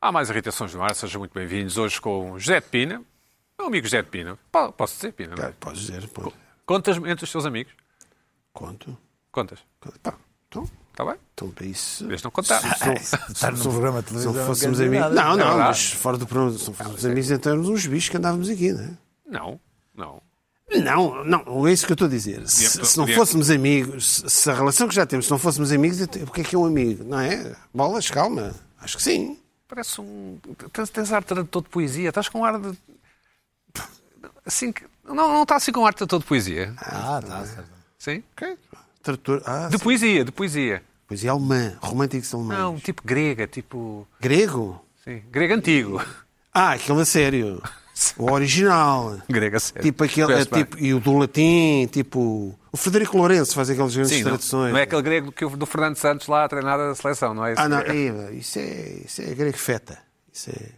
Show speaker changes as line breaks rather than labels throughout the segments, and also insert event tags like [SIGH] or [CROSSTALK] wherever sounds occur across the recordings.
Há mais irritações do ar, sejam muito bem-vindos hoje com o José de Pina, meu amigo José de Pina. Po- Posso dizer Pina, não é?
Claro, podes dizer, pô.
Contas entre os teus amigos?
Conto.
Contas,
Pá, então,
está bem?
então para isso.
Desde não contar.
[LAUGHS]
Estar num programa
Se
de televisão.
não
quer
fôssemos
dizer
amigos.
nada.
Não, não,
verdade.
mas fora do programa, se não fôssemos amigos, então éramos uns bichos que andávamos aqui, não é?
Não, não.
Não, não, é isso que eu estou a dizer. Se, se não fôssemos amigos, se- se a relação que já temos, se não fôssemos amigos, então, o que é que é um amigo? Não é? Bolas, calma. Acho que sim.
Parece um. Tens, tens ar de tradutor de poesia, estás com um ar de. Assim que. Não, não está assim com ar de tradutor de poesia.
Ah, tá, tá.
Sim?
Ok. Trator. Ah,
De poesia, de poesia.
pois é alemã. Românticos alemães.
Não, tipo grega, tipo.
Grego?
Sim, grego antigo.
Ah, aquele a [LAUGHS] sério. O original.
Grega sério.
Tipo aquele, é,
Parece bem.
tipo, e o do latim, tipo. O Frederico Lourenço faz aquelas grandes
Sim, não,
traduções.
não é aquele grego que, o- do Fernando Santos lá a treinar a seleção, não é esse
Ah, não,
grego?
é, isso é, isso é grego feta. Isso é.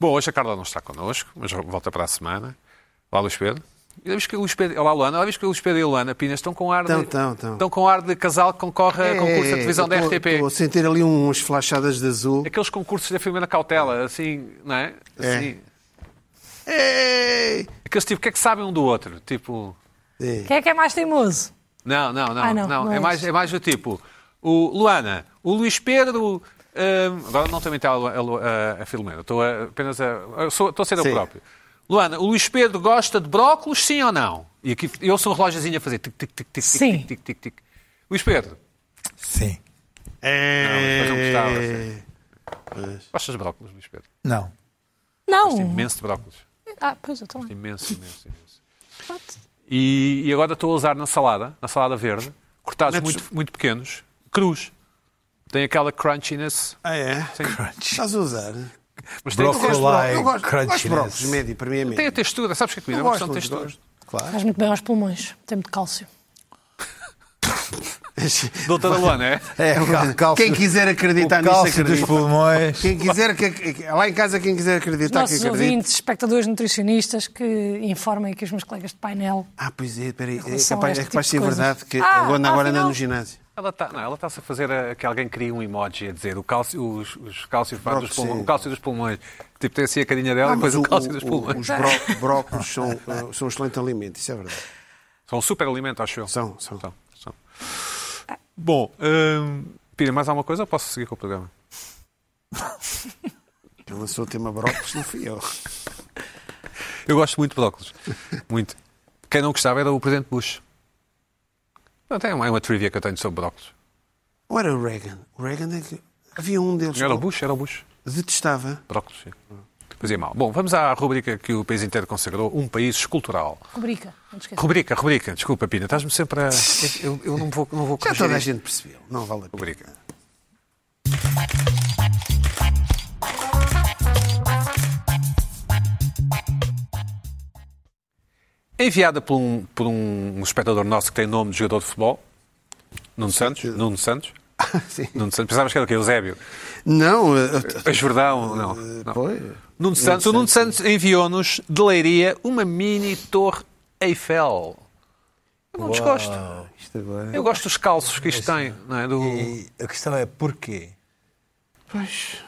Bom, hoje a Carla não está connosco, mas volta para a semana. Olá, Luís Pedro. Eu que o Luís Pedro, olá, Luana. Eu que o Luís Pedro e a Luana Pinas estão com ar de,
Tão, tão, tão. É,
estão com ar de casal que concorre a É concurso da televisão da RTP.
Estou a sentir ali umas flachadas de azul.
Aqueles concursos da Filomena Cautela, assim, não é? Assim.
Ei!
Aqueles tipo, o que é que sabem um do outro? Tipo,
É.
Quem é que é mais teimoso?
não, não, não.
Ah,
não,
não, não
é,
é
mais,
isso.
é mais do tipo, o Luana, o Luís Pedro. hum, agora não também está a, Lu- a, Lu- a- a Filomena, estou a- apenas a. eu sou- estou a ser eu
Sim.
próprio. Luana, o Luís Pedro gosta de brócolos, sim ou não? E aqui eu sou um relojozinho a fazer tic, tic, tic, tic,
Sim.
tic, tic, tic, tic. Luís Pedro,
Sim.
mas não gostava,
É.
gostas de brócolos, Luís Pedro?
Não.
Gosto
Não.
imenso de brócolos.
Ah, pois eu também.
Imenso, imenso, imenso.
Pronto.
E, e agora estou a usar na salada, na salada verde, cortados
Metes-
muito, muito pequenos, cruz. Tem aquela crunchiness.
Ah, é?
Crunch.
Estás a usar?
Mas tem,
Eu gosto de
Brócolis.
tem,
brócolis, eu gosto-
Crunchiness.
gosto de brócolis, médio, para mim é
tem a
médio.
textura, sabes que a comida é
Eu
uma
gosto,
questão de
muito
textura.
gosto.
Claro.
Faz muito bem aos pulmões. Tem muito cálcio.
Doutora Luana, é?
[LAUGHS]
É, cal- cálcio-
Quem quiser
tá
acreditar
o
nisso,
cálcio dos
acredita.
pulmões.
Quem quiser, que- lá em casa, quem quiser acreditar, que
Nossos
acredite.
ouvintes, espectadores nutricionistas que informem que os meus colegas de painel.
Ah, pois é, peraí. É
relação a
capaz,
este
é capaz de ser
tipo de
verdade que
coisas. Ah,
a Luana agora anda
afinal-
no ginásio.
Ela está ela tá a fazer a, que alguém cria um emoji a dizer o cálcio, os, os cálcios vai dos
Brócolis,
pulmões,
sim.
o cálcio dos pulmões. Tipo, tem assim a carinha dela
Não,
e
mas
depois o,
o-
cálcio
o-
dos
o-
pulmões.
Os bró- [LAUGHS] brócolos são, uh, são um excelente alimento, isso é verdade.
São um super alimento, acho eu.
São, são.
São, são. Bom, hum, Pina, mais alguma coisa ou posso seguir com o programa?
Quem lançou o tema brócolos não fui eu.
Eu gosto muito de brócolis. [LAUGHS] Muito. Quem não gostava era o Presidente Bush. Pronto, é uma, é uma trivia que eu tenho sobre brócolis.
Ou era o Reagan? O Reagan é que... Havia um deles
Era o
que
Bush, era o Bush.
detestava.
Brócolis, sim. Fazia mal. Bom, vamos à rubrica que o país inteiro consagrou, um país escultural.
Rubrica, não te esqueças.
Rubrica, rubrica, desculpa, Pina, estás-me sempre a...
[LAUGHS]
Eu, eu- eu não vou, não vou
Já
corrigir
toda a
isto.
gente percebeu, não vale a pena.
Rubrica. Enviada por um, por um espectador nosso que tem nome de jogador de futebol, Nuno Santos, Nuno Santos,
[LAUGHS] Sim.
Nuno Santos, pensávamos que era o quê?
[LAUGHS]
Eusébio,
Não, eh, eu- eu-
a Jordão, não. não.
pois.
Nuno Santos, o Nuno Santos enviou-nos de Leiria uma mini torre Eiffel. Eu não desgosto.
Isto agora...
Eu gosto dos calços que isto tem, não é? Do...
E a questão é porquê?
Pois,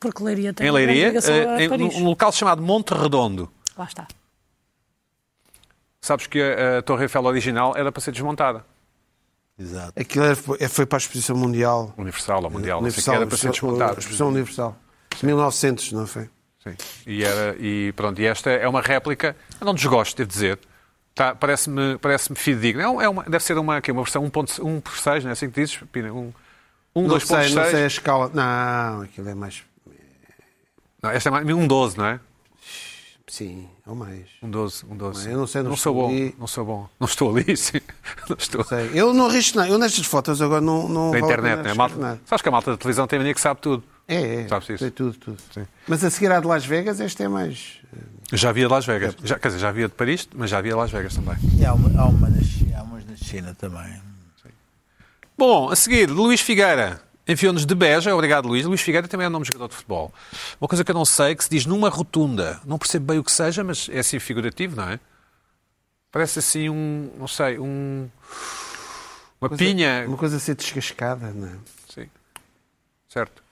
Porque Leiria tem
Em
uma grande
Leiria,
ligação
eh,
a
em
Paris.
um local chamado Monte Redondo.
Lá está.
Sabes que a, a Torre Eiffel original era para ser desmontada.
Exato.
aquilo era- foi- foi para a Exposição Mundial.
Universal ou mundial, não sei o que,
Universal,
era para ser desmontada.
a Exposição Universal. 1900, não foi?
Sim. E, era, e pronto, e esta é uma réplica, eu não desgosto, devo dizer. Tá, Parece-me parece fidedigna. É um- é uma- deve ser uma, quê, uma versão 1.6, não é assim que dizes, Pina? Um, um
Não sei, não sei a
2.6.
escala. Não, aquilo é mais...
Não, Esta é mais- um 12, não é?
Sim, ou mais.
Um 12, um 12.
Eu não sei, não
sou
estou
bom,
ali.
não sou bom. Não estou ali, [LAUGHS] sim. Não estou.
Sei. Eu não arrisco nada. Eu nestas fotos agora não. não
Na
vale a
internet,
pena
não é? A
arriscar
Malta,
nada.
sabes que a malta da televisão tem a mania que sabe tudo.
É, é.
Sabes isso?
Sei tudo, tudo. Mas a seguir à de Las Vegas, esta é mais. eh,
Já havia de Las Vegas. Já, quer dizer, já havia de Paris, mas já havia de Las Vegas também.
E há, uma, há, uma na Chi- há umas na China também.
Bom, a seguir, Luís Figueira. Enviou-nos de Beja, obrigado Luís. Luís Figueira também é nome de jogador de futebol. Uma coisa que eu não sei, é que se diz numa rotunda. Não percebo bem o que seja, mas é assim figurativo, não é? Parece assim um, não sei, um... é Uma pinha.
é? Uma coisa a ser descascada, não é?
Sim. Certo.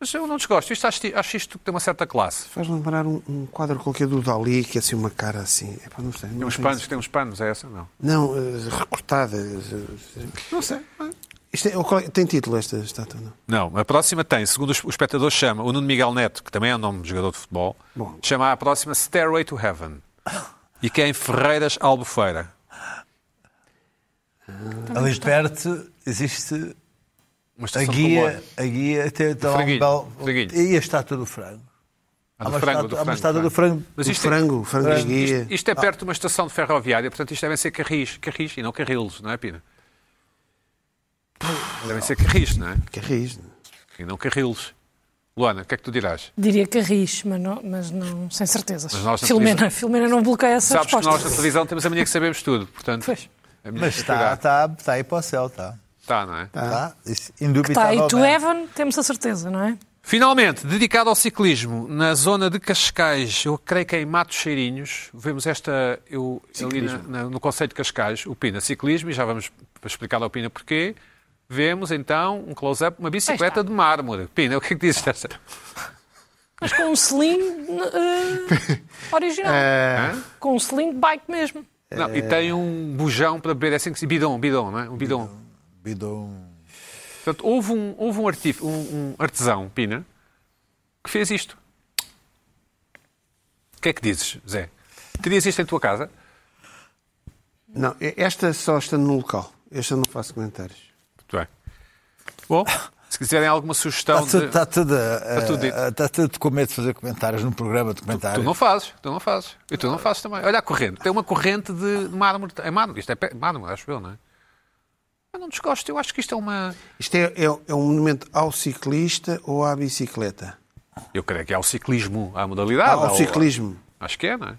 Mas eu não desgosto. Isto, acho, acho isto que tem uma certa classe.
Faz lembrar um, um quadro qualquer do Dali, que é assim uma cara assim. Epá, não sei,
Tem
não,
uns
sei
panos,
se-
tem uns panos, é essa? Não.
não eh, recortada. eh,
Não sei.
Isto é- qual é- tem título esta estátua, não?
Não, a próxima tem, segundo os- o espectador chama, o Nuno Miguel Neto, que também é um nome de jogador de futebol,
Bom.
chama a próxima Stairway to Heaven. E que é em Ferreiras Albufeira.
Ali perto existe
Uma
a
estação de
guia,
comboio.
a guia tem, tem lá
franguinho,
um
do
belo...
franguinho.
E a estátua do frango.
A
Há
do
uma
frango,
estátua-
do
há uma
frango,
estátua do frango.
Mas
O
isto é-
frango, o frango de guia.
Isto, isto é perto de uma estação de ferroviária, portanto isto devem ser carris, carris e não carrilos, não é, Pina? Devem ser carris, não é?
Que raiz, não?
E não carrilos. Luana, o que é que tu dirás?
Diria que rixe, mas não, mas não sem certezas.
Mas nós na
Filomena,
televisão-
Filomena não bloqueia essa
Sabes que
resposta.
nós na televisão temos a mania que sabemos tudo, portanto...
Pois.
a mania que
Mas tá, está,
cuidar.
está, está aí para o céu, está.
Está, não é?
Está, isso, né?
Está aí,
indubitavelmente.
to Tá, Evan, temos a certeza, não é?
Finalmente, dedicado ao ciclismo, na zona de Cascais, eu creio que é em Matos Cheirinhos, vemos esta, eu, ali na- na- no Conselho de Cascais, o Pina Ciclismo, e já vamos explicar ao Pina porquê, vemos então um close-up, uma bicicleta de mármore. Pina, o que é que dizes desta?
Mas com um selim
[LAUGHS]
eh, original.
Hã?
Com um selim de bike mesmo.
Não, e tem um bujão para beber, é assim que se bidon, bidon, não é? Um bidon.
Bidon.
Portanto, houve um, houve um, artif- um- um artesão, Pina, que fez isto. O que é que dizes, Zé? Terias isto em tua casa?
Não, e- esta só está no local. Esta não faço comentários.
Muito bem. Bom, se quiserem alguma sugestão,
Está Tá
Então,
tudo,
de... Tá
está, tudo, eh,
tudo dito.
eh, está tudo com medo de fazer comentários num programa de
tu
comentários.
não fazes, tu não fazes. E tu não fazes também. Olha a corrente, tem uma corrente de mármore. É mármore, isto é pe- mármore, acho eu, não é? Eu não desgosto, eu acho que isto é uma.
Isto é, é, é um monumento ao ciclista ou à bicicleta?
Eu creio que é o ciclismo, à
Ah,
modalidade.
ao ciclismo.
Acho que é, não é?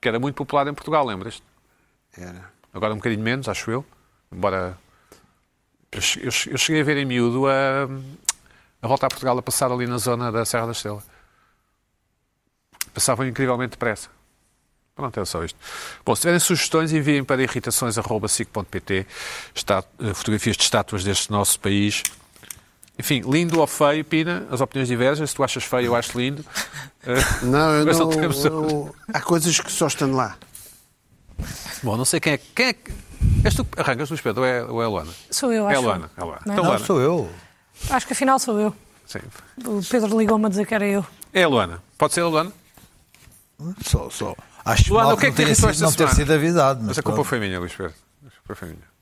Que era muito popular em Portugal, lembras-te?
Era.
Agora um bocadinho menos, acho eu. Embora. Eu che- eu che- eu cheguei a ver em miúdo a, a volta a Portugal a passar ali na zona da Serra da Estrela. Passavam incrivelmente depressa. Pronto, é só isto. Bom, se tiverem sugestões, enviem para irritações.sic.pt está- eh, fotografias de estátuas deste nosso país. Enfim, lindo ou feio, Pina, as opiniões divergem. Se tu achas feio, eu acho lindo. Eh,
Não, eu
Mas não
não,
temos-
eu- há coisas que só estão lá.
[LAUGHS] Bom, não sei quem é. Quem é que. És tu que arrancas do espelho ou é, ou é a Luana?
Sou eu,
É
acho.
a Luana. É a Luana.
Não é?
Então,
Não,
Luana.
sou eu.
Acho que afinal sou eu.
Sim.
O Pedro ligou-me a dizer que era eu. [LAUGHS]
É a Luana. Pode ser a Luana?
Sou, sou. Acho
Luana,
mal
o que é que
não
te
tenha
irritou
sido-
esta
não ter
semana?
sido avisado. Mas,
Mas a culpa
pronto.
foi minha, Luís Pedro. A culpa foi minha.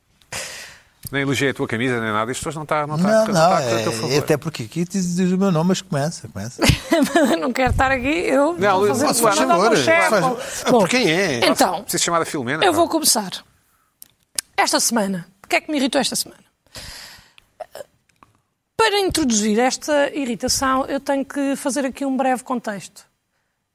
Nem elogiei a tua camisa, nem nada. Isto hoje não está não está,
Não,
não está
não,
a teu favor.
é, até porque aqui diz, diz o meu nome, mas começa, começa.
não quero estar aqui, eu
Não,
vou
Luís,
fazer
faz
propaganda ao meu
favor.
chefe.
Faz- Ah,
Bom,
por quem é?
Então,
Preciso chamar a Filomena.
eu
não?
vou começar. Esta semana, o que é que me irritou esta semana? Para introduzir esta irritação, eu tenho que fazer aqui um breve contexto.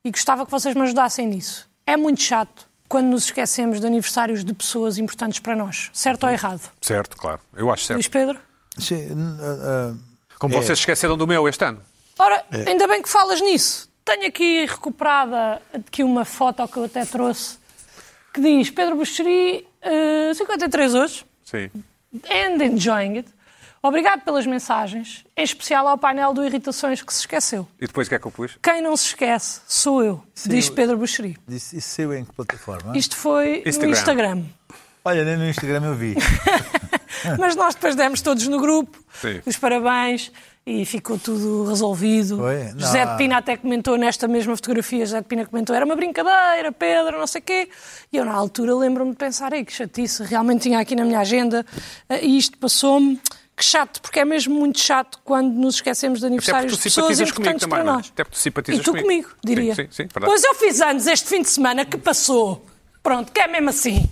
E gostava que vocês me ajudassem nisso. É muito chato quando nos esquecemos de aniversários de pessoas importantes para nós, certo ou errado?
Certo, claro. Eu acho certo.
Luís Pedro?
Sim, n- ah,
Como vocês vocês se esqueceram do meu este ano.
Ora, ainda bem que falas nisso. Tenho aqui recuperada aqui uma foto que eu até trouxe que diz Pedro Buxeri, eh, 53 hoje,
Sim.
and enjoying it. Obrigado pelas mensagens, em especial ao painel do Irritações que se esqueceu.
E depois o que é que eu pus?
Quem não se esquece sou eu, diz
eu-
Pedro Buxeri.
ah, disse, isso saiu em que plataforma?
Isto foi
Instagram.
no Instagram.
Olha, nem no Instagram eu vi.
[LAUGHS] Mas nós depois demos todos no grupo
Sim.
os parabéns e ficou tudo resolvido.
Foi? Não.
José de Pina até comentou nesta mesma fotografia, José de Pina comentou, era uma brincadeira, Pedro, não sei quê. E eu na altura lembro-me de pensar, ei, que chatice, realmente tinha aqui na minha agenda eh, e isto passou-me. Que chato, porque é mesmo muito chato quando nos esquecemos de
Até porque
aniversários
tu
de pessoas
simpatizas comigo
importantes
também,
para
não é?
nós.
Até porque tu simpatizas
e tu
comigo.
comigo, diria.
Sim, sim, sim, verdade.
pois eu fiz anos este fim de semana que passou. Pronto, que é mesmo assim.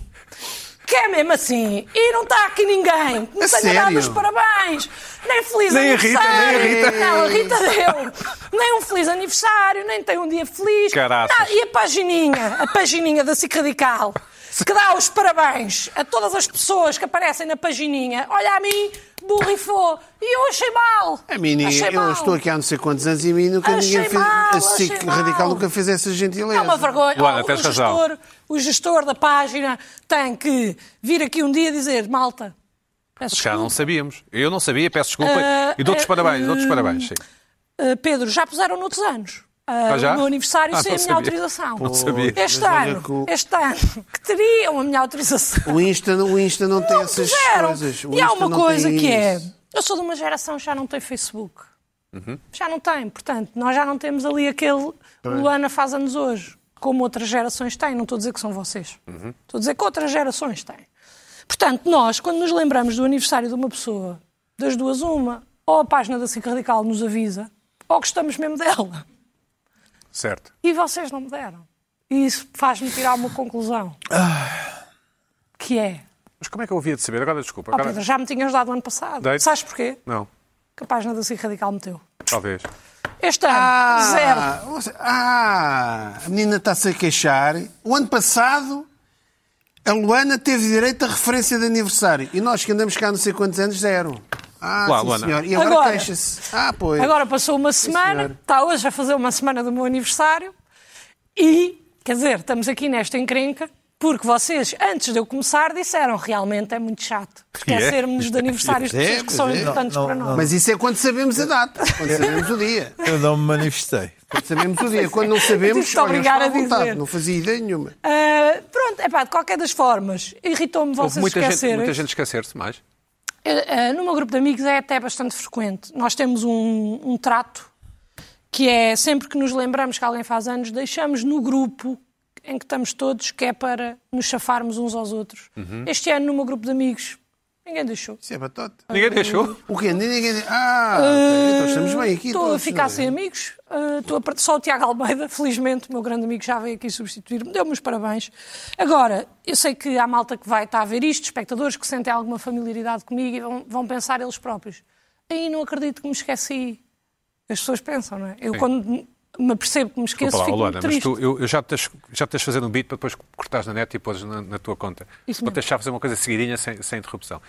Que é mesmo assim. E não está aqui ninguém. Não
A
tenho dado
sério?
os parabéns. Nem feliz
É Nem a Rita,
aniversário.
nem a Rita.
Não, a Rita deu. Nem um feliz aniversário, nem tem um dia feliz.
Caraças.
Nada. E a pagininha, a pagininha da SIC Radical, que dá os parabéns a todas as pessoas que aparecem na pagininha. Olha a mim, borrifou. E eu achei mal.
A mim, ninguém-
Achei
eu
mal.
estou aqui há não sei quantos anos e a mim nunca
Achei
ninguém fez.
mal,
a SIC
achei
Radical
mal.
nunca fez essa gentileza.
É uma vergonha.
Luana,
o,
tens
gestor,
razão.
o gestor da página tem que vir aqui um dia dizer, malta, peço
Já não
desculpa.
sabíamos. Eu não sabia, peço desculpa.
Ah,
e dou-te os
ah,
parabéns, dou-te os
hum.
parabéns. Sim.
eh, Pedro, já puseram noutros anos. Ah,
Ah, já?
O meu aniversário
Ah,
sem a
não
minha
sabia.
autorização.
Não sabia.
Este
Mas olha
ano,
que o-
este ano, [LAUGHS] que teriam a minha autorização.
O Insta, o Insta não, tem
Não
essas
puseram.
coisas. O
E há
Insta
uma
não
coisa
tem
que é.
isso. Uhum.
Eu sou de uma geração que já não tem Facebook. Já não tem, portanto, nós já não temos ali aquele Luana faz anos hoje, como outras gerações têm. Não estou a dizer que são vocês.
Uhum.
Estou a dizer que outras gerações têm. Portanto, nós, quando nos lembramos do aniversário de uma pessoa, das duas, uma, ou a página da SIC Radical nos avisa, ou gostamos mesmo dela.
Certo.
E vocês não me deram. E isso faz-me tirar uma conclusão.
Ah.
Que é.
Mas como é que eu havia de saber? Agora, desculpa.
Oh,
Agora...
Pedro, já me tinhas dado ano passado.
Dei-te.
Sabes porquê?
Não,
Que a página da SIC Radical meteu.
talvez.
Este ano, zero.
Ah, você- ah, a menina está-se a queixar. O ano passado, a Luana teve direito à referência de aniversário. E nós que andamos cá há não sei quantos anos, zero. Ah,
Lá,
sim,
Luana.
senhor. E agora,
Agora.
queixa-se. Ah, pois.
Agora passou uma
senhor.
semana, está hoje a fazer uma semana do meu aniversário e, quer dizer, estamos aqui nesta encrenca porque vocês, antes de eu começar, disseram realmente é muito chato esquecermos de aniversários de
É,
pessoas que são
pois é.
importantes
Não, não,
para nós.
Mas isso é quando sabemos a data, quando sabemos o dia.
Eu não me
[LAUGHS]
manifestei.
Quando sabemos o dia. Quando não sabemos,
Tive-te a
olha,
obrigar
está à
a dizer.
vontade. Não fazia ideia nenhuma.
Ah, pronto, é pá, de qualquer das formas, irritou-me vocês
Houve muita gente,
esquecerem.
muita gente esquecer-se mais.
Eh, eh, no meu grupo de amigos é até bastante frequente. Nós temos um, um trato que é sempre que nos lembramos que alguém faz anos, deixamos no grupo em que estamos todos, que é para nos chafarmos uns aos outros. Este ano, no meu grupo de amigos, ninguém deixou.
Isso é batota.
Ah,
Ninguém deixou.
O quê? Ninguém diz. Ah, ok, então estamos bem aqui.
Eh, Estou a
todos,
ficar
não é?
sem amigos. eh, estou a part- Só o Tiago Almeida, [LAUGHS] felizmente, o meu grande amigo, já veio aqui substituir-me. Deu-me os parabéns. Agora, eu sei que há malta que vai estar a ver isto, espectadores que sentem alguma familiaridade comigo e vão, vão pensar eles próprios. Aí não acredito que me esqueci. As pessoas pensam, não é? Eu, quando me apercebo que me esqueço,
Desculpa lá,
fico
Luana,
muito
mas
triste.
tu, eu, eu já te tens- já te tens de fazer um beat para depois cortares na net e pôres na, na tua conta.
Isso
para
mesmo.
deixar fazer uma coisa seguidinha sem, sem interrupção.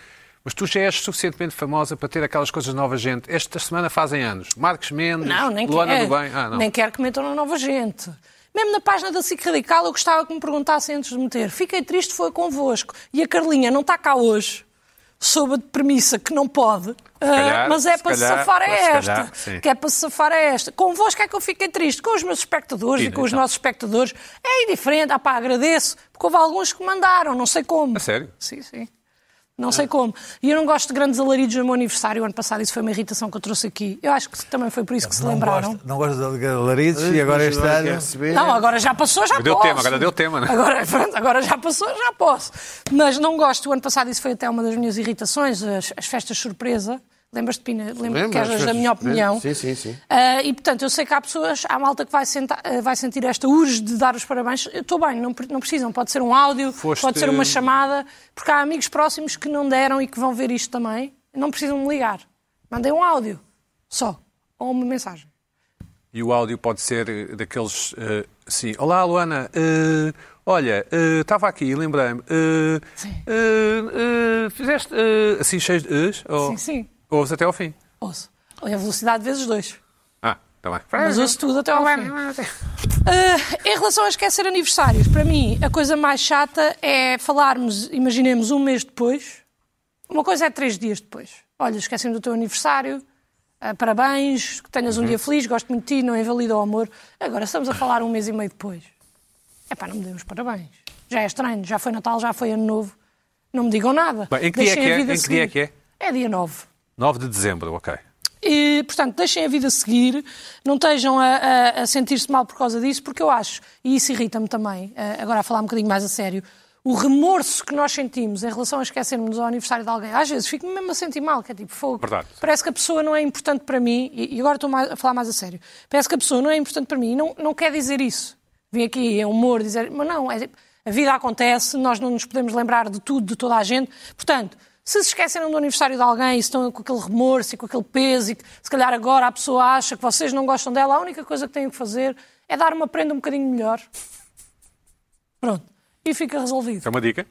Mas tu já és suficientemente famosa para ter aquelas coisas de nova gente. Esta semana fazem anos. Marcos Mendes,
Não, nem
Luana
quero.
do Bem. Ah, não.
Nem quero que metam na nova gente. Mesmo na página da SIC Radical, eu gostava que me perguntassem antes de meter. Fiquei triste, foi convosco. E a Carlinha não está cá hoje, sob a premissa que não pode, ah,
calhar,
mas é
se
para se
calhar,
safar a
se
esta.
calhar, sim.
que é para se safar a esta. Convosco é que eu fiquei triste, com os meus espectadores e,
E
com os
então?
nossos espectadores. É indiferente, ah pá, agradeço, porque houve alguns que mandaram, não sei como.
A sério?
Sim, sim. Não sei como. E eu não gosto de grandes alaridos no meu aniversário. O ano passado isso foi uma irritação que eu trouxe aqui. Eu acho que também foi por isso que se
Não
lembraram.
gosto, não gosto de alaridos e agora este
Agora
ano...
quer
é.
receber.
Não, agora já passou, já
Deu
posso.
tema, agora deu tema, né?
Agora, [LAUGHS] pronto, agora já passou, já posso. Mas não gosto. O ano passado isso foi até uma das minhas irritações, as, as festas surpresa. Lembras-te, Pina? Lembro
Lembro,
que
as
eras da
festas
minha
surpresa.
opinião.
Sim, sim, sim.
Ah, e, portanto, eu sei que há pessoas, há malta que vai, sentar- ah, vai sentir esta urge de dar os parabéns. Eu Estou bem, não, pre- não precisam. Pode ser um áudio,
Foste-
pode ser uma chamada, porque há amigos próximos que não deram e que vão ver isto também. Não precisam me ligar. Mandei um áudio, só. Ou uma mensagem.
E o áudio pode ser eh, daqueles. eh, sim. Olá, Luana. eh, olha, eh, estava aqui e lembrei-me. eh,
Sim.
eh, eh, fizeste. eh, assim, cheios de. es, ou,
Sim, sim.
Ouves até ao fim.
Ouço. Olha, a velocidade vezes dois.
Ah, está bem.
Mas ouço tudo até ao
tá
fim. Ah, em relação a esquecer aniversários, para mim a coisa mais chata é falarmos, imaginemos, um mês depois. Uma coisa é três dias depois. Olha, esquecendo do teu aniversário, ah, parabéns, que tenhas
Uhum.
um dia feliz, gosto muito de ti, não invalida o amor. Agora estamos a falar um mês e meio depois. É pá, não me deem os parabéns. Já é estranho, já foi Natal, já foi Ano Novo. Não me digam nada.
Bem, em que dia é
Deixem
que
a
é?
vida
Em que dia é
seguir. É dia 9.
9 de dezembro, ok.
E, portanto, deixem a vida seguir, não estejam a, a- a sentir-se mal por causa disso, porque eu acho, e isso irrita-me também, eh, agora a falar um bocadinho mais a sério, o remorso que nós sentimos em relação a esquecermos ao aniversário de alguém, às vezes fico-me mesmo a sentir mal, que é tipo fogo.
Verdade.
Parece que a pessoa não é importante para mim, e e agora estou mais- a falar mais a sério, parece que a pessoa não é importante para mim e não, não quer dizer isso. Vim aqui é humor dizer, mas não, é tipo, a vida acontece, nós não nos podemos lembrar de tudo, de toda a gente. Portanto, se se esqueceram do aniversário de alguém e estão com aquele remorso e com aquele peso e que se calhar agora a pessoa acha que vocês não gostam dela, a única coisa que têm que fazer é dar
Então-
uma prenda um bocadinho melhor. Pronto. E fica resolvido.
[LAUGHS] É uma dica.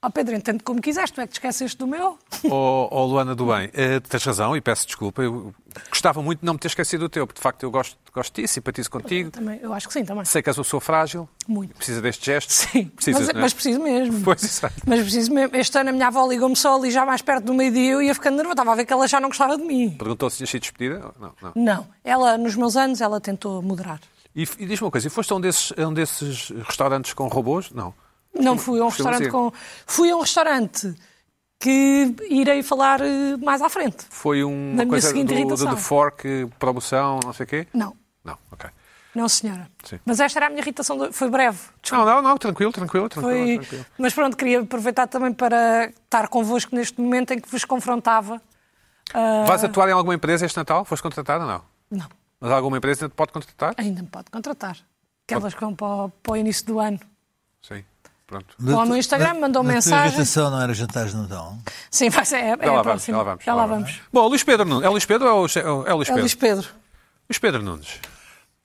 Ó Pedro, entendo como quiseres, tu é que te esqueceste do meu.
Oh, oh, Luana do Bem, eh, tens razão e peço desculpa. Eu gostava muito de não me ter esquecido do teu, porque de facto eu gosto, gosto disso, simpatizo
Eu,
contigo.
também, eu acho que sim, também.
Sei que és uma pessoa frágil.
Muito.
Precisa deste gesto.
Sim,
Precisas,
mas,
não é?
mas preciso mesmo.
Pois, exato.
Mas preciso mesmo. Este ano a minha avó ligou-me só ali já mais perto do meio-dia e eu ia ficando nervosa. Estava a ver que ela já não gostava de mim.
Perguntou se tinha sido despedida? Não, não.
Não, ela, nos meus anos, ela tentou moderar.
E, e diz-me uma coisa, e foste a um desses, a um desses restaurantes com robôs? Não.
Não fui a um
Costuma ser.
restaurante com. Fui a um restaurante que irei falar eh, mais à frente.
Foi um-
Na
uma
minha
coisa do,
seguinte
do,
irritação.
do fork, eh, promoção, não sei o quê?
Não,
Não, ok.
não, senhora.
Sim.
Mas esta era a minha irritação. do- Foi breve.
Não, não, não, tranquilo, tranquilo, tranquilo.
Foi...
Ah, então tranquilo.
Mas pronto, queria aproveitar também para estar convosco neste momento em que vos confrontava. Ah,
Vais atuar em alguma empresa este Natal? Foste contratada ou não?
Não,
Mas alguma empresa te pode contratar?
ainda me pode contratar. Aquelas que vão para o, para o início do ano.
Sim, pronto.
Ou no Instagram, mandou
A
mensagem.
irritação não era jantares de Natal.
Sim, vai ser. É, é
Já lá
a
vamos, já
próxima.
lá vamos.
Já lá vamos.
Bom, Luís Pedro Nunes. É Luís Pedro ou é o- é Luís
É
Pedro?
Luís Pedro.
Luís Pedro Nunes.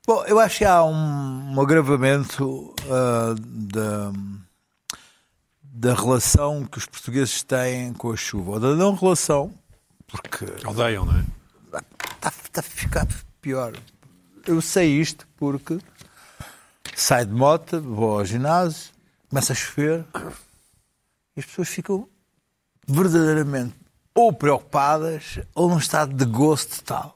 Bom, eu acho que há um, um agravamento ah, da, da relação que os portugueses têm com a chuva, ou da não relação, porque
Odeiam, não é?
está Tá, a ficar pior. Eu sei isto porque saio de moto, vou ao ginásio, começa a chover e as pessoas ficam verdadeiramente ou preocupadas ou num estado de gozo total.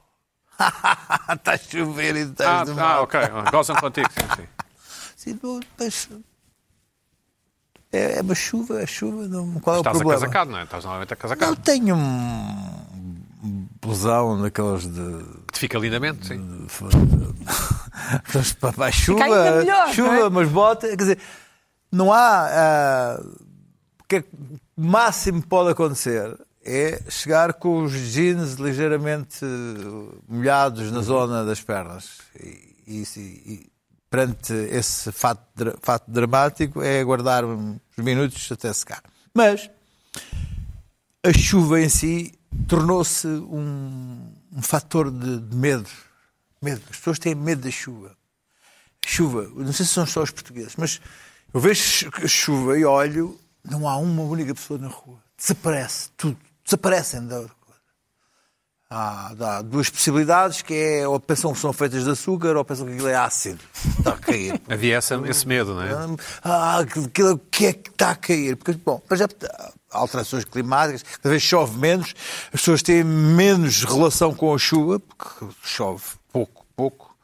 [LAUGHS] está a chover e estás
Ah,
de
ah,
moto.
ok. Gozam contigo, sim, sim.
É Sim, bom, mas é, é uma chuva, é chuva, não, qual é o
Estás
problema?
acasacado, não é? Estás novamente
Não
acasacado.
tenho um blusão daqueles de
Te fica lindamente,
Hum.
sim.
Aqueles papais chuva,
Fica ainda melhor,
chuva,
não é?
mas bota. Quer dizer, não há. ah, o que é que o máximo que pode acontecer é chegar com os jeans ligeiramente molhados na zona das pernas. E, e se- e perante esse fato, dra- fato dramático é aguardar uns minutos até secar. Mas a chuva em si tornou-se um, um fator de, de medo. medo. As pessoas têm medo da chuva. Chuva, não sei se são só os portugueses, mas eu vejo chu- chuva e olho, não há uma única pessoa na rua. Desaparece tudo. Desaparecem da Há, há duas possibilidades, que é ou pensam que são feitas de açúcar ou pensam que aquilo é ácido. Está a cair.
Havia essa- esse medo, não é?
Ah, aquilo o que é que está a cair? Porque, bom, mas já há alterações climáticas, cada vez chove menos, as pessoas têm menos relação com a chuva, porque chove pouco, pouco.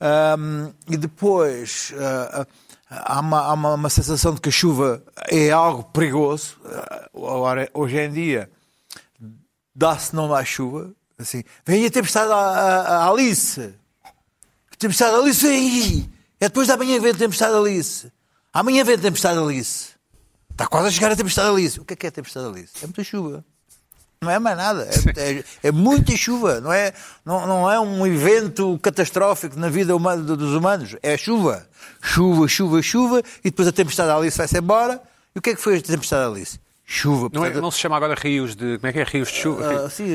Ahm, e depois ah, ah, há, uma, há uma- uma sensação de que a chuva é algo perigoso. Ah, agora, hoje em dia, dá-se não dá chuva. Assim, vem a tempestade à, à- à Alice. Tempestade Alice, vem aí! É depois da manhã que vem a tempestade Alice. Amanhã vem a tempestade Alice. Está quase a chegar a tempestade Alice. O que é que é a tempestade Alice? É muita chuva. Não é mais nada. É, é- é muita chuva. Não é, não, não é um evento catastrófico na vida humana, do- dos humanos. É chuva. Chuva, chuva, chuva. E depois a tempestade Alice vai-se embora. E o que é que foi a tempestade Alice? Chuva.
Não, é-
portanto,
não se chama agora rios de. Como é que é? Rios de chuva?
ah, sim,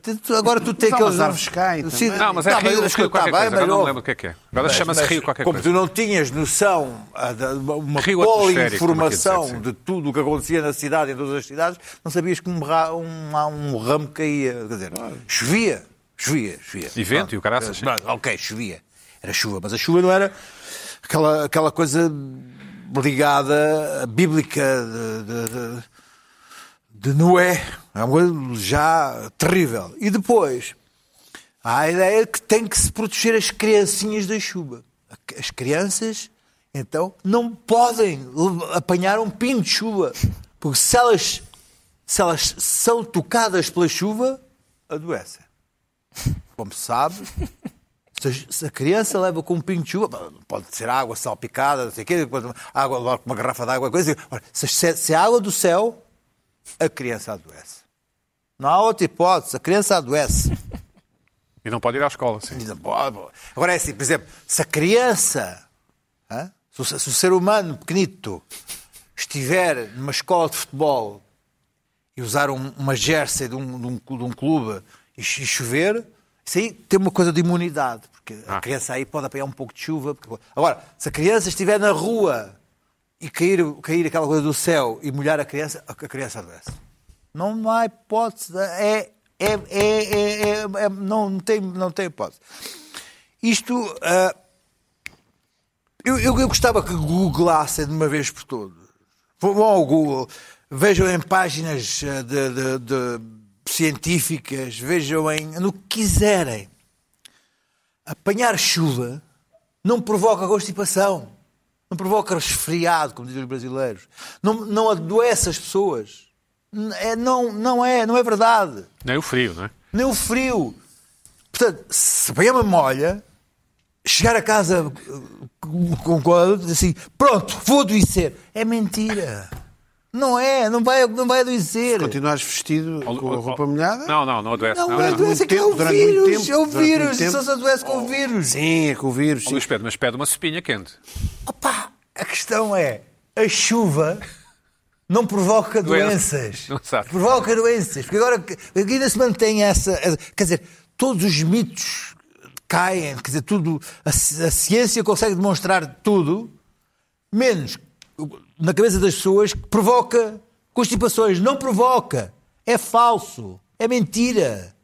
tu- tu- agora tu tens
Mas há
aqueles
umas árvores que caem
Sim,
também.
Não, mas é
tá,
rio de
escuta,
qualquer
tá
coisa.
bem,
Agora não me
ouve.
lembro o que é que é. Agora chama-se
Mas,
rio qualquer
como
coisa.
tu não tinhas noção, ah, da- uma- uma
Rio atmosférico,
informação
como é que é, sim.
de tudo o que acontecia na cidade, em todas as cidades, não sabias que um, ra- um- há um ramo caía. Quer dizer, chovia, chovia, chovia.
Ah. E vento,
Pronto.
e o caraças, sim.
Pronto, Ok, chovia. Era chuva, mas a chuva não era aquela, aquela coisa ligada, bíblica, de- de- de, de Noé. É uma coisa já terrível. E depois, há a ideia é que tem que se proteger as criancinhas da chuva. As crianças, então, não podem lev- apanhar um pino de chuva. Porque se elas, se elas são tocadas pela chuva, adoecem. Como se sabe, se a- se a criança leva com um pingo de chuva, pá, pode ser água salpicada, não sei o quê, depois água, logo com uma garrafa de água, coisa. assim. Ora, Se, se- se é água do céu, a criança adoece. Não há outra hipótese, a criança adoece.
E não pode ir à escola, sim.
Dizem, "Pô, pô." Agora é assim, por exemplo, se a criança, hã? se o, se o ser humano pequenito estiver numa escola de futebol e usar um- uma jersey de um, de um clu- de um clube e, cho- e chover, isso aí tem uma coisa de imunidade, porque a
Ah.
criança aí pode apanhar um pouco de chuva. porque- Agora, se a criança estiver na rua e cair, cair aquela coisa do céu e molhar a criança, a criança adormece. Não há hipótese. É, é, é, é- é- é- não, tem, não tem hipótese. Isto. ah, eu, eu, eu gostava que googlassem de uma vez por todas. Vão vão ao Google, vejam em páginas ah, de, de- de científicas, vejam em, no que quiserem. Apanhar chuva não provoca constipação, não provoca resfriado, como dizem os brasileiros, não, não adoece as pessoas. N- é- não, não é, não é verdade
Nem o frio, não é?
nem o frio. Portanto, se bem me molha, chegar a casa uh, com- com quadro, assim, pronto, vou adoecer. É mentira. Não é, não vai, não vai adoecer.
Continuares vestido com a roupa molhada?
Não, não, não adoece.
Não,
não,
a
não.
Ah, muito
doença é que é o
tempo, durante muito
vírus,
tempo,
é o
durante muito
vírus,
tempo.
só se adoece com o vírus.
Sim, é com o vírus.
Ó,
sim.
Luís Pedro, mas pede uma sopinha quente.
Opa, a questão é, a chuva não provoca
Doença.
doenças.
Não sabe.
Provoca doenças. Porque agora que- ainda se mantém essa... essa- Quer dizer, todos os mitos caem. Quer dizer, tudo... A, ci- a ciência consegue demonstrar tudo, menos na cabeça das pessoas, que provoca constipações. Não provoca. É falso. É mentira.